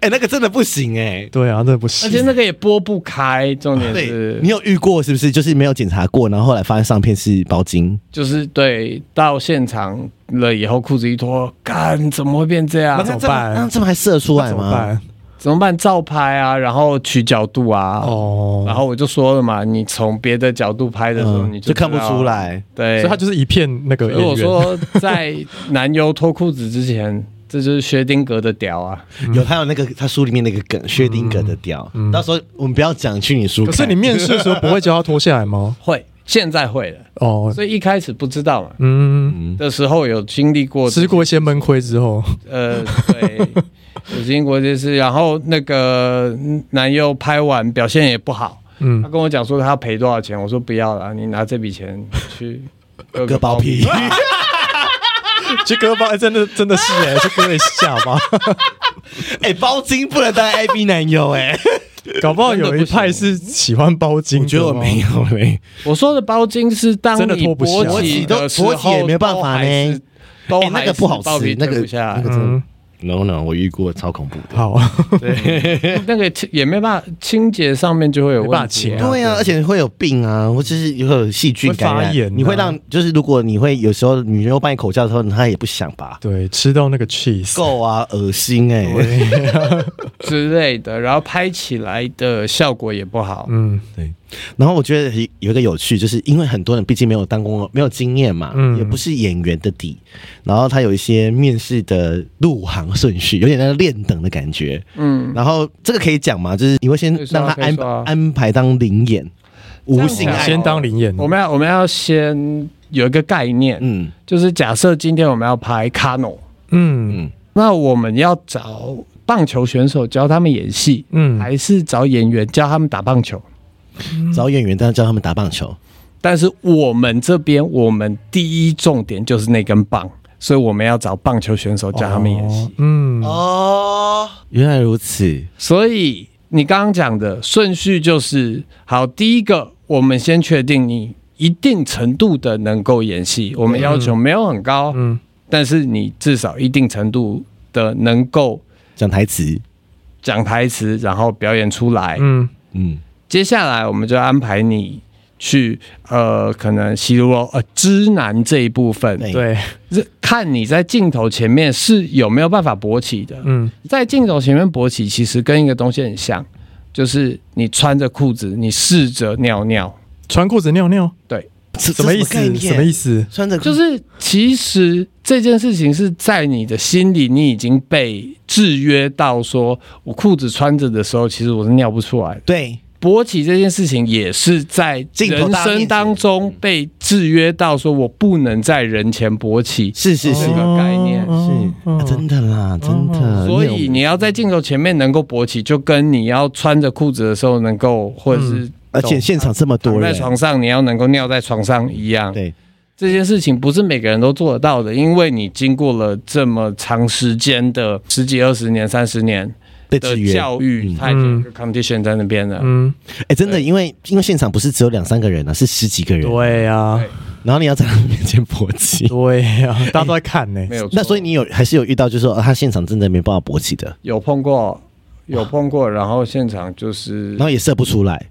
哎、那个真的不行哎、
对啊，那不行，
而且那个也剥不开，重点
对
是
你有遇过是不是？就是没有检查过，然后后来发现上片是包茎，
就是对到现场了以后裤子一脱，干怎么会变这样
那？怎么办
那这么还嗯射出来
啊怎么
吗？
办？
怎么办？照拍啊，然后取角度
哎
啊，
哦，
然后我就说了嘛，你从别的角度拍的时候，
嗯，
你
就啊看不
知道
出。来。
对，
所以它就是一片那个
如
演
果
员，
说在男优脱裤子之前，这就是薛定谔的屌啊！
有他有那个他书里面那个梗，薛嗯定谔的屌。到时候我们不要讲，去你书看。
可是你面试的时候不会叫他脱下来吗？
会，现在会了，
哦，
所以一开始不知道嘛
嗯，
的时候有经历过
吃过一些闷亏之后，
呃， 对，有经过这次，然后那个男优拍完表现也不好，他
嗯，
跟我讲说他要赔多少钱，我说不要了，你拿这笔钱去 割
割包皮，
去割包，哎真的真的是哎，去割一下 吧，
哎，包金不能当 AB 男优哎，
搞不好有一派是喜欢包金的哦，
我觉得我没有嘞，
我说的包巾是当
真的
你
脱不下
勃起的时候，
勃起也没办法呢
都还
哎那
是，都
个
还是
不好吃
包皮
那个
脱不 下来，
嗯，
no no，我遇过超恐怖的，
好，
对，那个清也没办法清洁上面就会有
没办法
问题
清
啊。
对啊，而且会有病啊，或者是会有细菌感
会发炎啊
染，你会让就是如果你会有时候女优帮你口交的时候，她也不想 吧，
对，吃到那个 cheese，
够啊，恶心哎，
之类的，然后拍起来的效果也不好。
嗯
然后我觉得有一个有趣，就是因为很多人毕竟没有当过没有经验嘛，
嗯
也不是演员的底，然后他有一些面试的入行顺序，有点那个练等的感觉。
嗯，
然后这个可以讲嘛，就是你会先
可以说啊
让他
可以
安
说啊
安排当零演，无
这
性
样好
爱，哦
先当零演，
我们要我们要先有一个概念，
嗯
就是假设今天我们要拍卡诺，
嗯
嗯，
那我们要找棒球选手教他们演戏，
嗯，
还是找演员教他们打棒球？
找演员，但是教他们打棒球，
但是我们这边，我们第一重点就是那根棒，所以我们要找棒球选手教他们演戏。
哦嗯，
哦，原来如此，
所以你刚刚讲的顺序就是，好，第一个我们先确定你一定程度的能够演戏，我们要求没有很高，
嗯
但是你至少一定程度的能够
讲台词，
讲台词，然后表演出来。
嗯
嗯，
接下来我们就安排你。去呃，可能西罗呃，知男这一部分，
对
对，
这看你在镜头前面是有没有办法勃起的。
嗯
在镜头前面勃起，其实跟一个东西很像，就是你穿着裤子，你试着尿尿，
穿裤子尿尿
什
什么意思？什么意？思？
穿着
就是其实这件事情是在你的心里，你已经被制约到说，我裤子穿着的时候，其实我是尿不出来的。
对，
勃起这件事情也是在
镜头
人
大家面
生
前
当中被制约到，说我不能在人前勃起。
是是是
这个
是
概念
哦
啊，真的啦，真的，
所
呃你
以
有
你要在镜头前面能够勃起，就跟你要穿着裤子的时候能够，或者是
而且现场这么多
躺在
人，
床上你要能够尿在床上一样。
对，
这件事情不是每个人都做得到的，因为你经过了这么长时间的十几、二十年、三十年
被
的
制约。嗯
教育，它已经有一个 condition 在那边了。
嗯，
哎、真的，因为因为现场不是只有两三个人啊，是十几个人，
对呀
对，
然后你要在他们面前勃起，
对呀，大家都在看呢，啊
没有错，
那所以你有还是有遇到，就是说、啊、他现场真的没办法勃起的，
有碰过，有碰过，然后现场就是
然后也射不出来，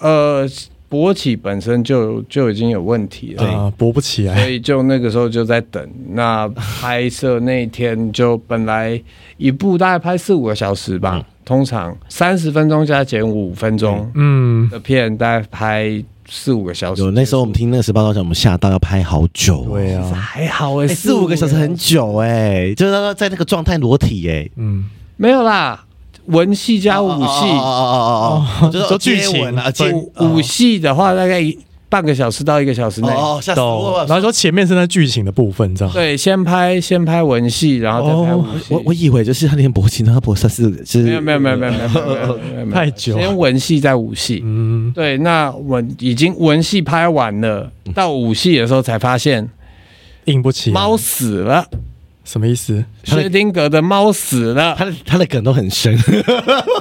呃，勃起本身就就已经有问题了。
啊，勃不起
所
来，
以就那个时候就在等。那拍摄那一天就本来一部大概拍四五个小时吧，
嗯
通常三十分钟加减五分钟
嗯，
的片，大概拍四五个小时。
有那时候我们听那个十八号讲，我们吓到要拍好久、哦，
对啊
其实
呀，
还好哎、
哎、四五个小时很久哎、就是他在那个状态裸体哎、
嗯，
没有啦，文戏加武戏，
哦哦哦哦哦，就是
说剧
接吻啊，
情
接
武武戏的话大概半个小时到一个小时内。
哦，吓死
懂
我。了
然！后说前面是那剧情的部分， 这样，
对，先拍先拍文戏，然后再拍武戏。
哦我我以为就是他连勃起，然后他勃三四，就是
没有没有没有没有没有没有没有没有，
太久
先文戏再武戏。
嗯，
对，那我已经文戏拍完了，到武戏的时候才发现
硬不起来，
猫死了，
什么意思？
它的
薛丁格的猫死了
他。的他的梗都很深，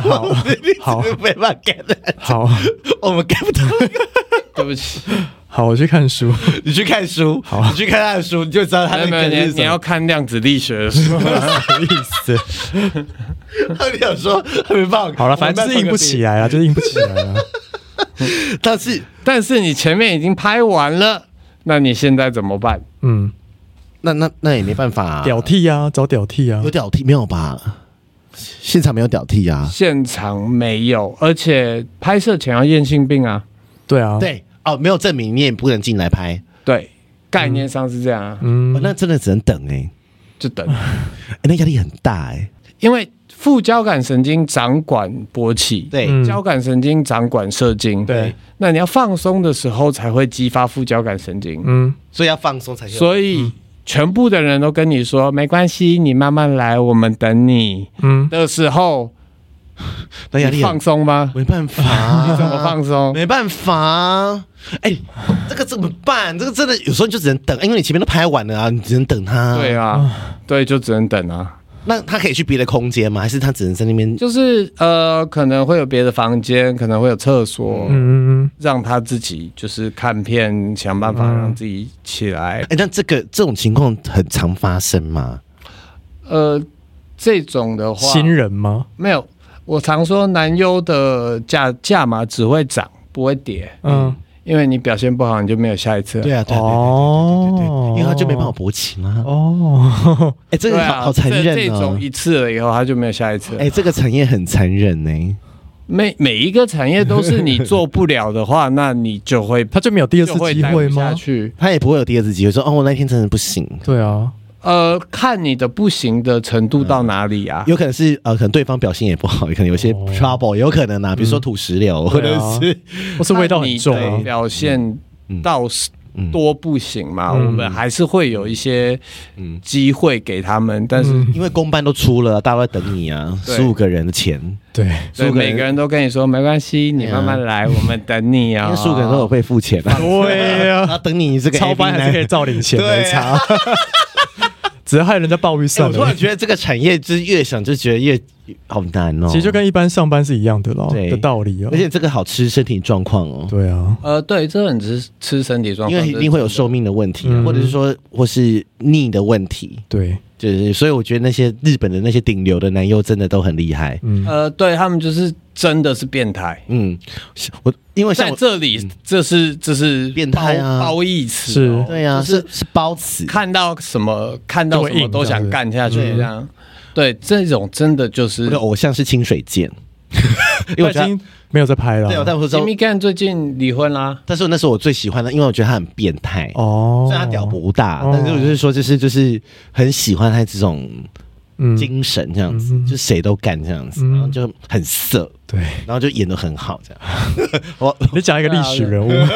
好，好，
没办法 get 的，
好，
我们 get 不到。
对不起，
好，我去看书，
你去看书，
好
你去看他的书，你就知道他的
没有没
梗
有，
是
你
什
你要
么。
看量子力学的书。
什么意思？
他们想说他没办法，
好了，反正就是硬不起来啊，就是硬不起来啊，
我们没办法。但是
但是你前面已经拍完了，那你现在怎么办？
嗯，
那那那也没办法啊，
屌替啊，找屌替啊
有，屌替没有吧？现场没有屌替啊？
现场没有，而且拍摄前要验性病啊。
对啊，，
对哦，没有证明你也不能进来拍，
对，概念上是这样啊，
嗯
哦，那真的只能等哎，
就等，
哎那压力很大哎。
因为副交感神经掌管勃起，
对，
嗯
交感神经掌管射精，
对，
那你要放松的时候才会激发副交感神经，
嗯，
所以要放松才可以。
所以。全部的人都跟你说没关系，你慢慢来，我们等你
嗯，
的时候，
那
哎
压
你
力很
放松吗？
没办法，
你怎么放松？
没办法、哎、这个怎么办？这个真的有时候你就只能等，因为你前面都拍完了啊，你只能等
嗯
他。
对
啊，
啊，对，就只能等啊。
那他可以去别的空间吗？还是他只能在那边？
就是呃，可能会有别的房间，可能会有厕所，
嗯嗯
让他自己就是看片，想办法让自己起来。
哎、那这个这种情况很常发生吗？
呃，这种的
嗯，
话，
新人吗？
没有。我常说男优的价价码只会涨不会跌，
嗯，
因为你表现不好你就没有下一次了。
对啊，对啊，对啊对啊对啊对啊对啊对啊
哦
因为他就没办法勃起啦。
哦，
哎、这
对
个好、
啊，
好残
这
忍
这
哦
种。一次了以后他就没有下一次了。
哎、这个产业很残忍欸呢、
每每一个产业都是你做不了的话，那你就会
他就没有第二次
就会
机
待
会
不下
吗？
去。
他也不会有第二次机会说，哦，我那天真的不行。
对啊，
呃，看你的不行的程度到哪里啊？
有可能是呃，可能对方表现也不好， 也可能有些
哦嗯
trouble，、有可能啊，比如说土石流，或
对
者
啊
是
或是味道很重
那
啊
你的，表现到
嗯
多不行嘛，
嗯
我们还是会有一些
嗯
机会给他们，但是
嗯，
因为公办都出了，大家都在等你啊，
对
十五个人的钱，
对，
所以
苏格兰
每个人都跟你说没关系，你
对啊
慢慢来，我们等你
因
啊
为。十五个人都有被付钱啊，
对呀
他等你这个
超班
AV
还是可以
男
照领钱，
对啊
没差， 只是害人家暴雨
哎
算
我突
了
然。觉得这个产业就是越想就觉得越好难哦，
其实就跟一般上班是一样的咯，
对
的道理啊
而。且这个好吃身体状况哦，
对啊，
呃，对，这很吃吃身体状
因
况，
为一定会有寿命的问题啊，
嗯
或者是说或是腻的问题，
对，
就是所以我觉得那些日本的那些顶流的男优真的都很厉害，
嗯，
呃，对他们就是真的是变态。
嗯，我因为像我
在
嗯
这里，这是这是
变态啊
褒褒义词
是
哦，
对啊，
就是
是是包子，
看到什么看到
就
什
会
么
硬
都想干下去
这样子
这样。对，这种真的就是
我的偶像是清水健， 因为我
他
觉
已
得
经没有在拍了
他对，啊我但我知道
Jimmy Gan 最近离婚啦，
但是那是我最喜欢的，因为我觉得他很变态。
哦，
虽然他屌不大，
哦
但是我就是说，就是就是很喜欢他这种
嗯，
精神，这样子，
嗯
就谁都干这样子，
嗯
然后就很色，
对，
然后就演的很好，这样。 我
你讲一个历史人物，
啊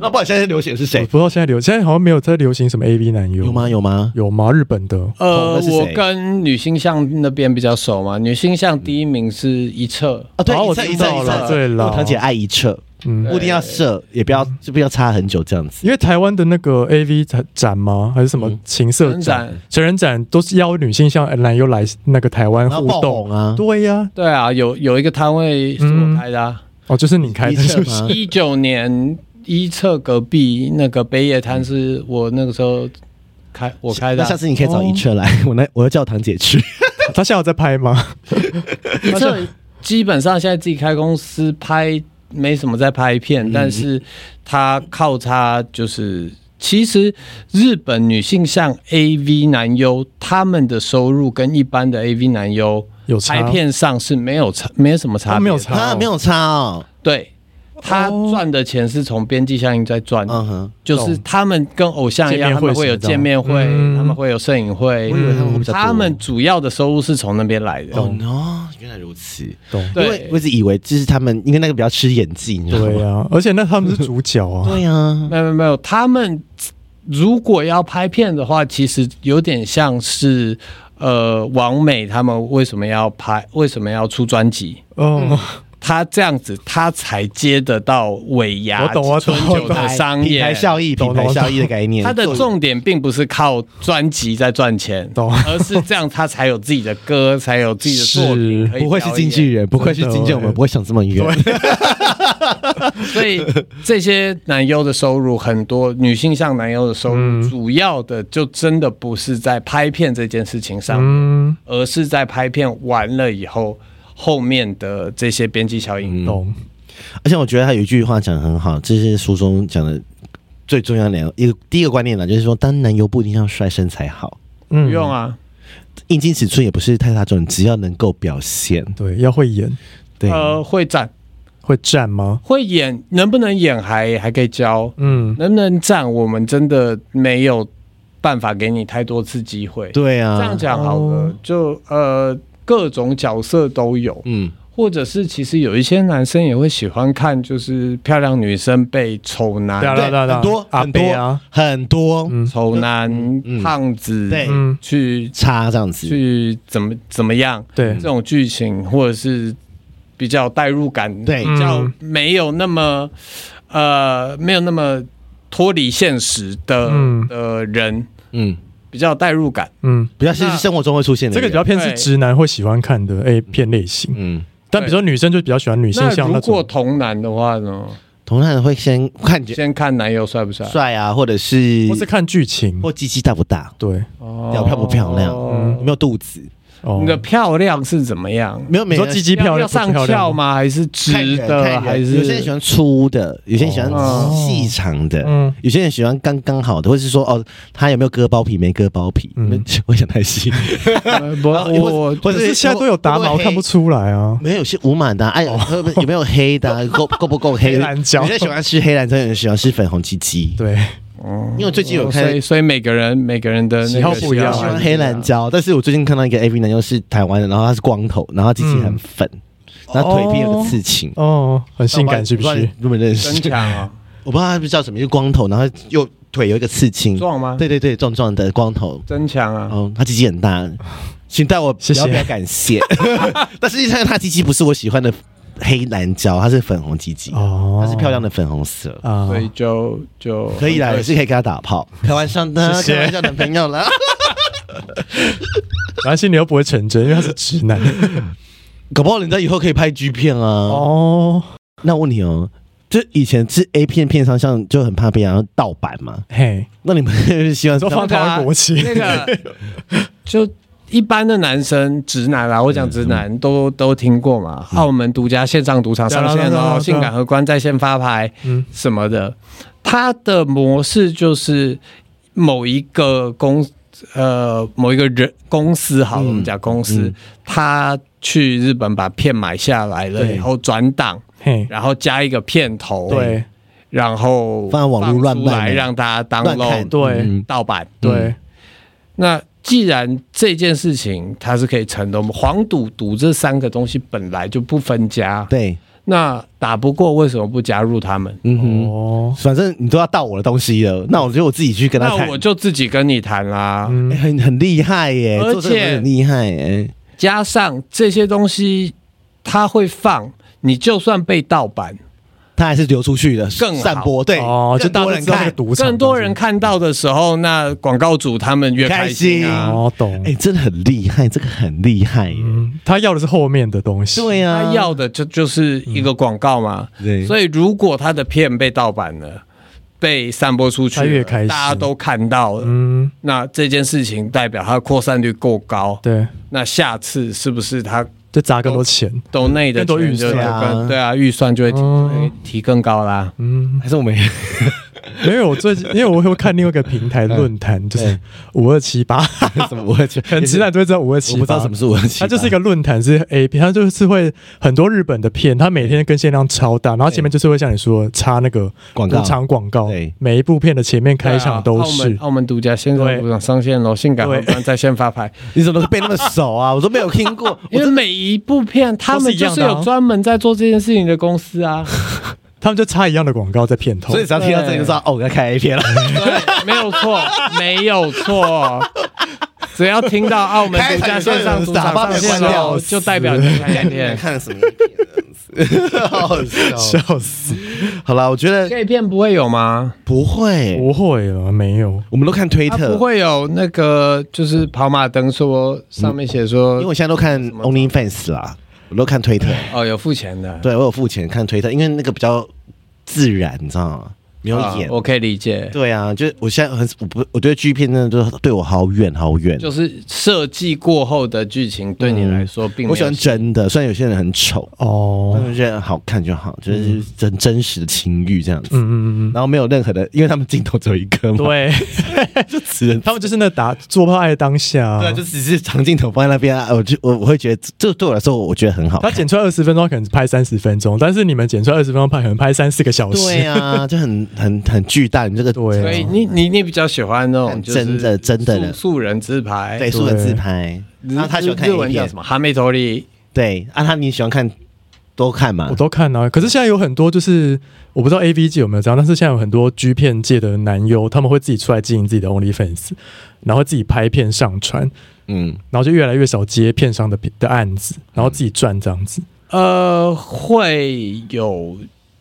那不然现在流行的是
我
谁？
不知道现在流，现在好像没有在流行什么 AV 男优，
有吗？？有吗？
有吗？日本的
哦
呃
那，是谁
我跟女星像那边比较熟嘛，女星像第一名是一澈，
啊，对，
哦
一
我
侧
知
一
道
侧一侧，
了对了
我堂姐爱一侧，
嗯
不一定要射，也不要就不要插很久这样子。
因为台湾的那个 AV 展展吗？还是什么
嗯
情色
成
展、
展
成人展，都是邀女性向男优来那个台湾
然后
互
爆
动
红。啊，
对呀、
对啊，有有一个摊位是
嗯
我开的啊，
哦，就是你开的，
一侧
是
吗
不是？
一九年一澈隔壁那个北野摊是我那个时候开我开的
那
啊
下，次你可以找一侧来，我来我要叫堂姐去。
他现在有在拍吗？
一澈基本上现在自己开公司拍没什么在拍
嗯
片，但是他靠他就是。其实日本女性像 AV 男优，他们的收入跟一般的 AV 男优
有差
拍片上是没有差，没有什么差别
哦
的，
没有差
啊，没有插哦，
对，他
哦
赚的钱是从边际效应在赚，
嗯哼，
就是他们跟偶像一样，
见面
他
会
们会
什
有
么的
见面会，
嗯
他们会有摄影
我
会
以，为他们会比较多
他们主要的收入是从那边来的。
哦 no，原来如此。
懂。
因
对
为我一直以为就是他们，因为那个比较吃演技，你知道
对啊
吗？
呀、 而且那他们是主角啊，
对呀，
没有没有没有，他们如果要拍片的话，其实有点像是呃，王美他们为什么要拍，为什么要出专辑？
哦，
他这样子，他才接得到尾牙、
我懂我懂
春
我
酒的商
啊品
业
牌效益、
懂
品
懂
牌效益的概念，
他的
做
重点并不是靠专辑在赚钱，
懂
而是这样他才有自己的歌，才有自己的作品
是
可以表演。
不会是经纪人，不愧是经纪人，我们不会想这么远。
所以这些男优的收入很多，女性向男优的收入
嗯
主要的就真的不是在拍片这件事情上，
嗯，
而是在拍片完了以后后面的这些编辑效
嗯
应。
懂。
而且我觉得他有一句话讲得很好，这是书中讲的最重要的两个一个第一个观念呢，就是说，当男优不一定要帅身材好，
嗯
不用，啊，
应景尺寸也不是太大众，只要能够表现，
对，要会演，
对，
呃，会站
会站吗？
会演，能不能演还还可以教，
嗯，
能不能站，我们真的没有办法给你太多次机会。
对啊，
这样讲好了，
哦
就呃，各种角色都有，
嗯，
或者是其实有一些男生也会喜欢看，就是漂亮女生被丑
对啊
男、
对啊对啊对啊
很多
阿
很多
伯啊，
很多
嗯
丑男
嗯、
胖子
对
嗯，
去
差这样子，
去怎么怎么样
对
嗯
这，种剧情，或者是比较代入感，
对
比较
嗯
没有那么呃没有那么脱离现实的
嗯
的人，
嗯，
比较代入感。
嗯，
比较是生活中会出现的
这个
人。
比较偏是直男会喜欢看的 A 片类型，
嗯，
但比如说女生就比较喜欢女性
那
向那
如果
种，
同男的话呢？
同样会先看
先看男友帅不帅，
帅啊，或者是
或是看剧情，
或鸡鸡大不大，
对，
屌
哦
漂不漂亮有
嗯
没有肚子，
哦
你，的漂亮是怎么样？
没有
你
每个
说
人
鸡鸡漂
要
亮
要
不漂
上
亮
翘？吗？还是
看
直
人
的？
看
还
人
是
有些人喜欢粗的，有些人喜欢
哦
细长的，
嗯
有些人喜欢刚刚好的，或是说哦，他有没有割包皮，没割包皮，
嗯
我想太细，
呃不，我
或
可
者
啊是现在都有打
会
码，
不
我
会
看不出来啊。
没有，有些无满的啊，哎，有没有有没有黑的啊，够够不够黑？
黑蓝胶
有些喜欢吃黑蓝椒，有人喜欢吃粉红鸡鸡，
对，
因为我最近有
哦
看
所以所以每个人每个人的那个
喜好不一样
我
啊
喜
喜
欢黑蓝胶，但是我最近看到一个 AV 男优是台湾的，然后他是光头，然后他鸡鸡很粉，然后腿边有个刺青。
哦，很性感是不
我知
是
道？你认不认识
增？强啊，
我不知道他叫什么，就是光头，然后又腿有一个刺
嗯
青。
壮啊吗？
对对对，壮壮的光头，
增强啊，
哦，他鸡鸡很大，请代我
谢谢
表表感谢。但是他他鸡鸡不是我喜欢的黑蓝胶，它是粉红鸡鸡，
哦，
它是漂亮的粉红色。
啊
所以就就
可以啦，也是可以跟他打炮，开玩笑的，
谢谢
开玩笑男朋友啦。
然后心里又不会成真，因为他是直男。
搞不好人家以后可以拍 G 片啊。
哦，
那我问你哦，就以前是 A 片片商像就很怕被人家盗版嘛？
嘿，
那你们希望
都放
对
台
啊
湾国旗，
那个就。一般的男生，直男啊啦，我讲直
嗯
男都都听过嘛。澳门独家线上赌场上
对啊
线
对啊对啊对
哦，
啊
性感荷官在线发牌
嗯
什么的，它的模式就是某一个公呃某一个人公司好了，我们
嗯
讲公司，他去日本把片买下来了
对
以后转档，
嘿，
然后加一个片头，，
对
然后
放在网络乱卖
放出来让大家
乱看
download
对
嗯
盗版，
对，
那既然这件事情它是可以成的，我们黄赌毒这三个东西本来就不分家，
对，
那打不过为什么不加入他们？
嗯哼，
哦，
反正你都要盗我的东西了，那我就我自己去跟他
那
谈
我。就自己跟你谈啦。
欸
嗯，
很很厉害耶，
而
做这个
且
很厉害耶，
加上这些东西，它会放，你就算被盗版，
他还是流出去的，
更好
散播对，
哦，就
更
大
多
家都
人
知道这个
看，
赌场，
更多人。看到的时候，那广告主他们越开心啊。
哦，懂。
哎，真的很厉害，这个很厉害耶，
嗯，他要的是后面的东西。
对啊呀
他，要的就就是一个广告嘛。
嗯
对，
所以如果他的片被盗版了，被散播出去了，
他越开心
大家都看到了。
嗯，
那这件事情代表它的扩散率够高，
对，
那下次是不是它
就砸更多钱。
抖内的
更多预
钱就
算
啊
就更对啊，预算就会提、
嗯
提更高啦。
嗯，
还是我们
没有，我最近因为我会看另外一个平台论坛，就是五二七八，
什么我也觉得
很直男都会知道五二七
我
八，
不知道什么是我的，
它就是一个论坛，是 A 片，它就是会很多日本的片，它每天更新量超大，然后前面就是会像你说插那个
广告
无偿广告
对，
每一部片的前面开
对啊
场都
澳
是
门，澳门独家线
对
上赌场上线喽，性感
对
皇冠在线发牌，
你怎么背那么熟啊？我都没有听 过，
因为每一部片他
都
们
是一样
就是
的啊
有专门在做这件事情的公 司啊，
他们就插一样的广告在片头，
哦所以只要听到这里就知道哦，我要看 A 片了，
嗯对，没有错，没有错。只要听到澳门独家线上赌场上线喽，就代表你看 影片。
看什么 A 片这样子？好笑
笑死，
好了，我觉得
Gay 片不会有吗？
不会，
不会了，没有，
我们都看推
它
特，
啊不会有那个就是跑马灯说上面
嗯
写
因为
说
我现在都看 OnlyFans 啦，我都看推特。
哦有付钱的，
对我有付钱看推特，因为那个比较自然，你知道吗？没有
啊
演。
我可以理解，
对啊，就是我现在很我不我觉得 G 片真的就是对我好远好远。
就是设计过后的剧情对你来说并没有
嗯我喜欢真的，虽然有些人很丑，但
哦，
我觉得好看就好，就是真真实的情欲这样子。
嗯嗯嗯
然后没有任何的，因为他们镜头只有一个嘛，
嗯，对，
就只能
他们就是那打做破爱的当下啊，
对啊，就只是长镜头放在那边啊，我就我我会觉得这对我来说，我觉得很好
他
看。
剪出来二十分钟，可能拍三十分钟，但是你们剪出来二十分钟拍，可能拍三四个小 时。
对啊，就很很很巨大，你这个
对
所以你你你比较喜欢那种就是
真的真的的
素素人自拍，
对素人自拍，然后他喜欢看
日
A
文叫
片
什，么？哈梅头里
对，啊，他你喜欢看多看嘛
我，都看啊。可是现在有很多就是我不知道 A V 界有没有这样，但是现在有很多 G 片界的男优，他们会自己出来经营自己的 OnlyFans，然后自己拍片上传，
嗯，
然后就越来越少接片商的的案子，然后自己赚这样子。
呃，会有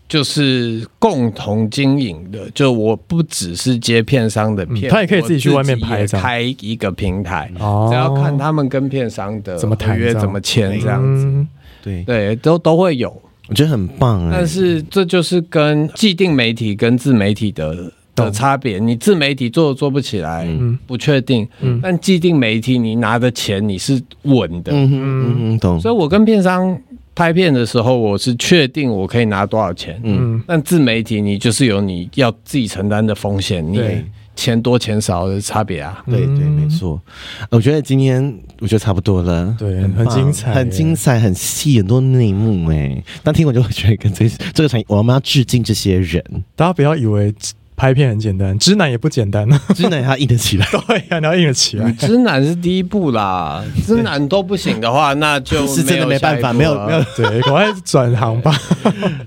就是共同经营的，就我不只是接片商的
嗯
片，
他也可以自己去
我
外面拍
也
这样
开一个平台，
嗯
哦
只要看他们跟片商的
怎么谈
合约
这样
怎么签这样子，
嗯
对，
对，都都会有。
我觉得很棒哎
但，是这就是跟既定媒体跟自媒体的的
懂
差别，你自媒体做做不起来，
嗯
不确定，
嗯
但既定媒体你拿的钱你是稳的，
嗯哼嗯哼，懂
所，以我跟片商拍片的时候，我是确定我可以拿多少钱。
嗯，
嗯，
但自媒体你就是有你要自己承担的风险，你
对
钱多钱少的差别啊。
对
嗯
对，没错，呃我觉得今天我觉得差不多了，
对
棒
很精彩
很精彩，很细，很多内幕哎，但听我就会觉得跟这这个产业，我们要致敬这些人，
大家不要以为拍片很简单，直男也不简单。
真的他硬得起来，
对呀、你要硬得起来。
知男是第一步 啦，知男都不行的话，那就
是真的没办法，没
没
有没有。
对，赶快转 行吧。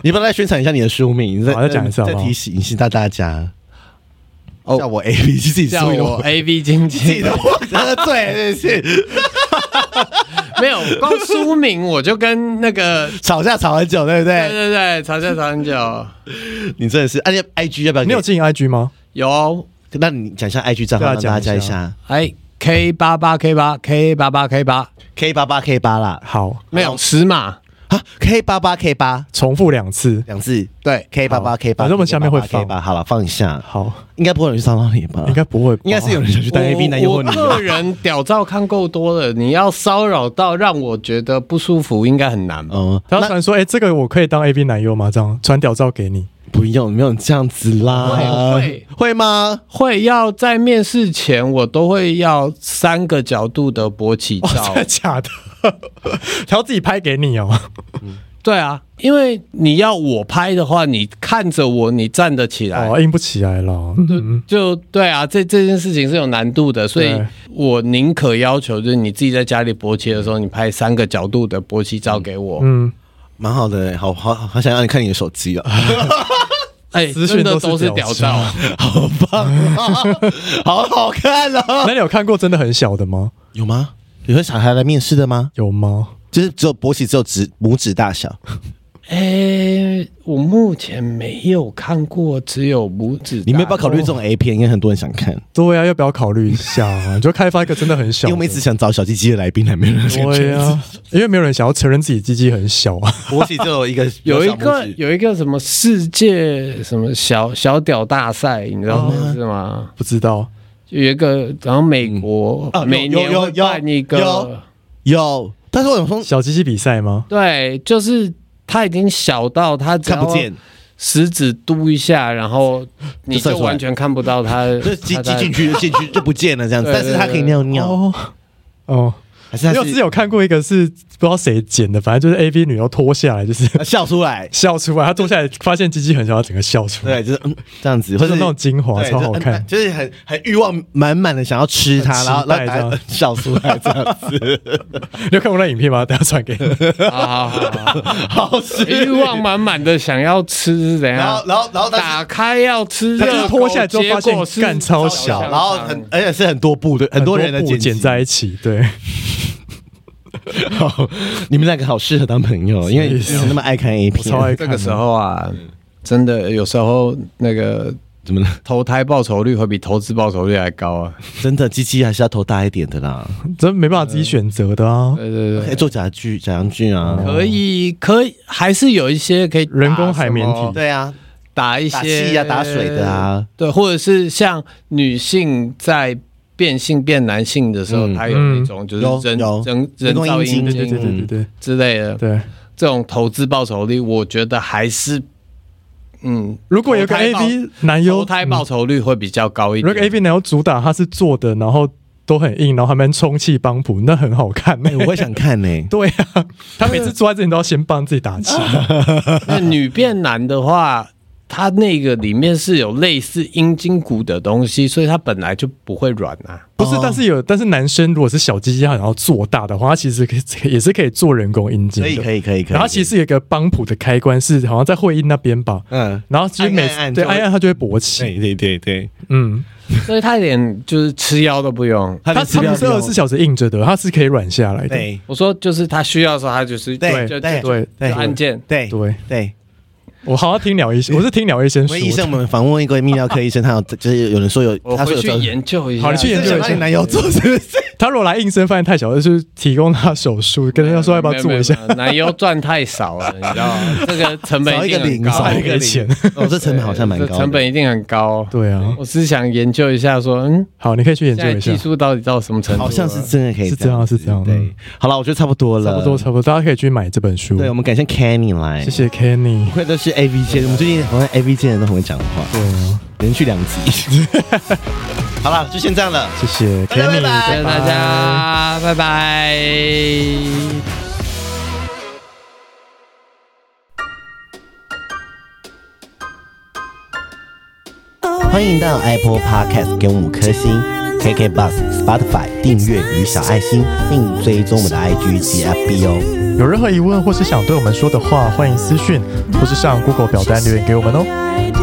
你帮他宣传一下你的书名，你再
好再讲一次好
再
不好
提醒一下大家。
哦
叫我 A B 自己
叫
输
我 A V 经
自己
济
的，我得罪，真的是
没有光书名我就跟那个
吵架吵很久，对不
对
对？
对对吵架吵很久，
你真的是，而且 I G 要不要给？
你有经营 IG 吗？
有哦
那你讲一下 I G 账号，
对啊
让大家
讲
一
一
下
哎 K 八八 K 八 K 八八 K 八
K 八八 K 八啦，
好，
没有尺码，
啊，K 八八 K 八
重复两次。
两字，
对
K 八八 K 八，
反正我们下面会
K
放
八，好了，放一下，
好，
应该不会有人去骚扰你吧？
应该不会吧，
啊应该是有人想去当 A B 男优或啊
我
你
我个人屌照看够多了，你要骚扰到让我觉得不舒服，应该很难吧？
哦，
他要
那
传说，哎、这个我可以当 A B 男优吗？这样传屌照给你，
不用，没有这样子啦，
会会
会吗？
会要在面试前，我都会要三个角度的勃起
哇，
照
哦
哦
真的。假的？ 他要自己拍给你哦。
对啊，因为你要我拍的话，你看着我，你站得起来。
哦，硬不起来了。嗯，
就对啊，这这件事情是有难度的，所以
对
我宁可要求就是你自己在家里勃起的时候，你拍三个角度的勃起照给我。
嗯
蛮好的、欸好好好想让你看你的手机啊，
哎，
资
真
讯
的
都是
都是
屌
屌
照
照，
好棒、啊， 好好看啊！
那你有看过真的很小的吗？
有吗？有些小孩来面试的吗？
有吗？
就是只有勃起，只有指拇指大小，
诶、哎我目前没有看过，只有拇指。
你们要不要考虑这？种 A 片？应该很多人想看，
对啊，要不要考虑一下、啊？你就开发一个真的很小
因为
的
我们一直想找小鸡鸡的来宾，还没有人想
对 啊，因为没有人想要承认自己鸡鸡很小啊。
勃起只 有一个，
有一个有一个什么世界什么小小屌大赛，你知
哦
道吗？是吗？
不知道，
就有一个，然后美国、
嗯啊有
每年
有有
会办一
有有
个，
有，但是我想说
小鸡鸡比赛吗？
对，就是他已经小到他只
看
要
不见，
食指嘟一下，然后你
就射
就
出来
完全看不到 他，
就是鸡
他
鸡
在
进去就进去就不见了这样子，
对
但是它可以尿尿，
哦哦，
还是它
没有之前
是
有看过一个是不知道谁剪的，反正就是 A V 女优脱下来就是
它笑出来，
笑出来，她脱下来发现鸡鸡很小，她整个笑出来，
对，就是嗯这样子，或
就
者
是那种精华
对
超好看
就就是很很欲望满满的想要吃它，
很期
然后
待
然后
这
打
样
笑出来这样子，
你有看过那影片吗？等一下传给你。
啊好好好好，
好吃
欲望。满满的想要吃是怎
然
样
后，？然后，然后
打
它
开要吃
他就
热
是
狗，
脱下来之后发
结果是
现干超
是
小
小，，然后很，而且是很多部的，很多人的
布
剪
剪
辑
在一 起，对，
好你们两个好适合当朋友，因为你那么爱看 A
我超爱
片，
看
这
的。
个时候啊，嗯真的有时候那个
怎么了？
投胎报酬率会比投资报酬率还高啊。
真的鸡鸡还是要头大一点的啦，
真没办法自己选择的啊，
对对
可
对，
以做假剧、假洋剧啊，
可以可以，还是有一些可以打
人工海绵体
什么
对啊，
打一
打
些
气呀、打水的，啊，
对，或者是像女性在。变性变男性的时候，
嗯
它有那种
有
就是人
有
人
人
人
工
造
阴茎
阴
对对对
茎
对对对
之类的，
对。
这种投资报酬率，我觉得还是嗯，
如果有个
投胎
A
报
V 男优嗯
投，胎报酬率会比较高一
如
点。
果 A V 男优主打他是做的，然后都很硬，然后还蛮充气帮补，那很好看欸呢
哎、。我会想 看呢、
对
啊
啊，他每次做爱之前都要先帮自己打气。
那女变男的话，它那个里面是有类似阴茎骨的东西，所以它本来就不会软 啊。
不
哦
是，但是有，但是男生如果是小鸡鸡，他想要做大的话，他其实可以也是可以做人工阴茎
可以
的。
可以可以可以。
然后其实有一个帮浦的开关是好像在会阴那边吧，
嗯，
然后其实每
按按按
对
就会
按按它就会勃 起，
对对对对，
嗯，
所以它连就是吃药都不用。
他
它它不是二十四小时硬着的，它是可以软下来的，
对
我说就是它需要的时候，它就是
对
就
对
就
对
对
就按键。
对
对。
对。
我好好听鸟医生，我是听鸟医生
因
说
为
的。
医生，我们访问一个泌尿科医生，他有就是有人说有，
我
他说
回
有
去
这
研究一下。
好你去研究
想
一
让
下
你男友做是不是？
他如果来应声发现太小，就是提供他手术，跟他说要不要做一下
没有。没有没有奶油赚太少了，你 知道吗？这个成本
少一
定
个
很
零，
高，
少一个
没
零
钱。
哦，这成本好像蛮高的，
这成本一定很高。
对啊，
我只是想研究一下说，嗯，
好，你可以去研
现
究
在
一
技
下，
术到底到什么程度了？
好像是真的可以
是这样，是这样。
对，好了，我觉得差不多了，
差不多，差不多，大家可以去买这本书。
呃对，我们感谢 Kenny 来，
谢。谢 Kenny。
会都是 A V 界，我们最近好像 A V 界人都很会讲话，
对啊，
连续两集。 好了，就先这样了。
谢谢 Kenny，
谢谢大家，拜拜
欢迎到 Apple Podcast 给我们五颗星，KK Bus、Spotify 订阅与小爱心，并追踪我们的 IG 及 FB 哦。
有任何疑问或是想对我们说的话，欢迎私讯或是上 Google 表单留言给我们哦。
I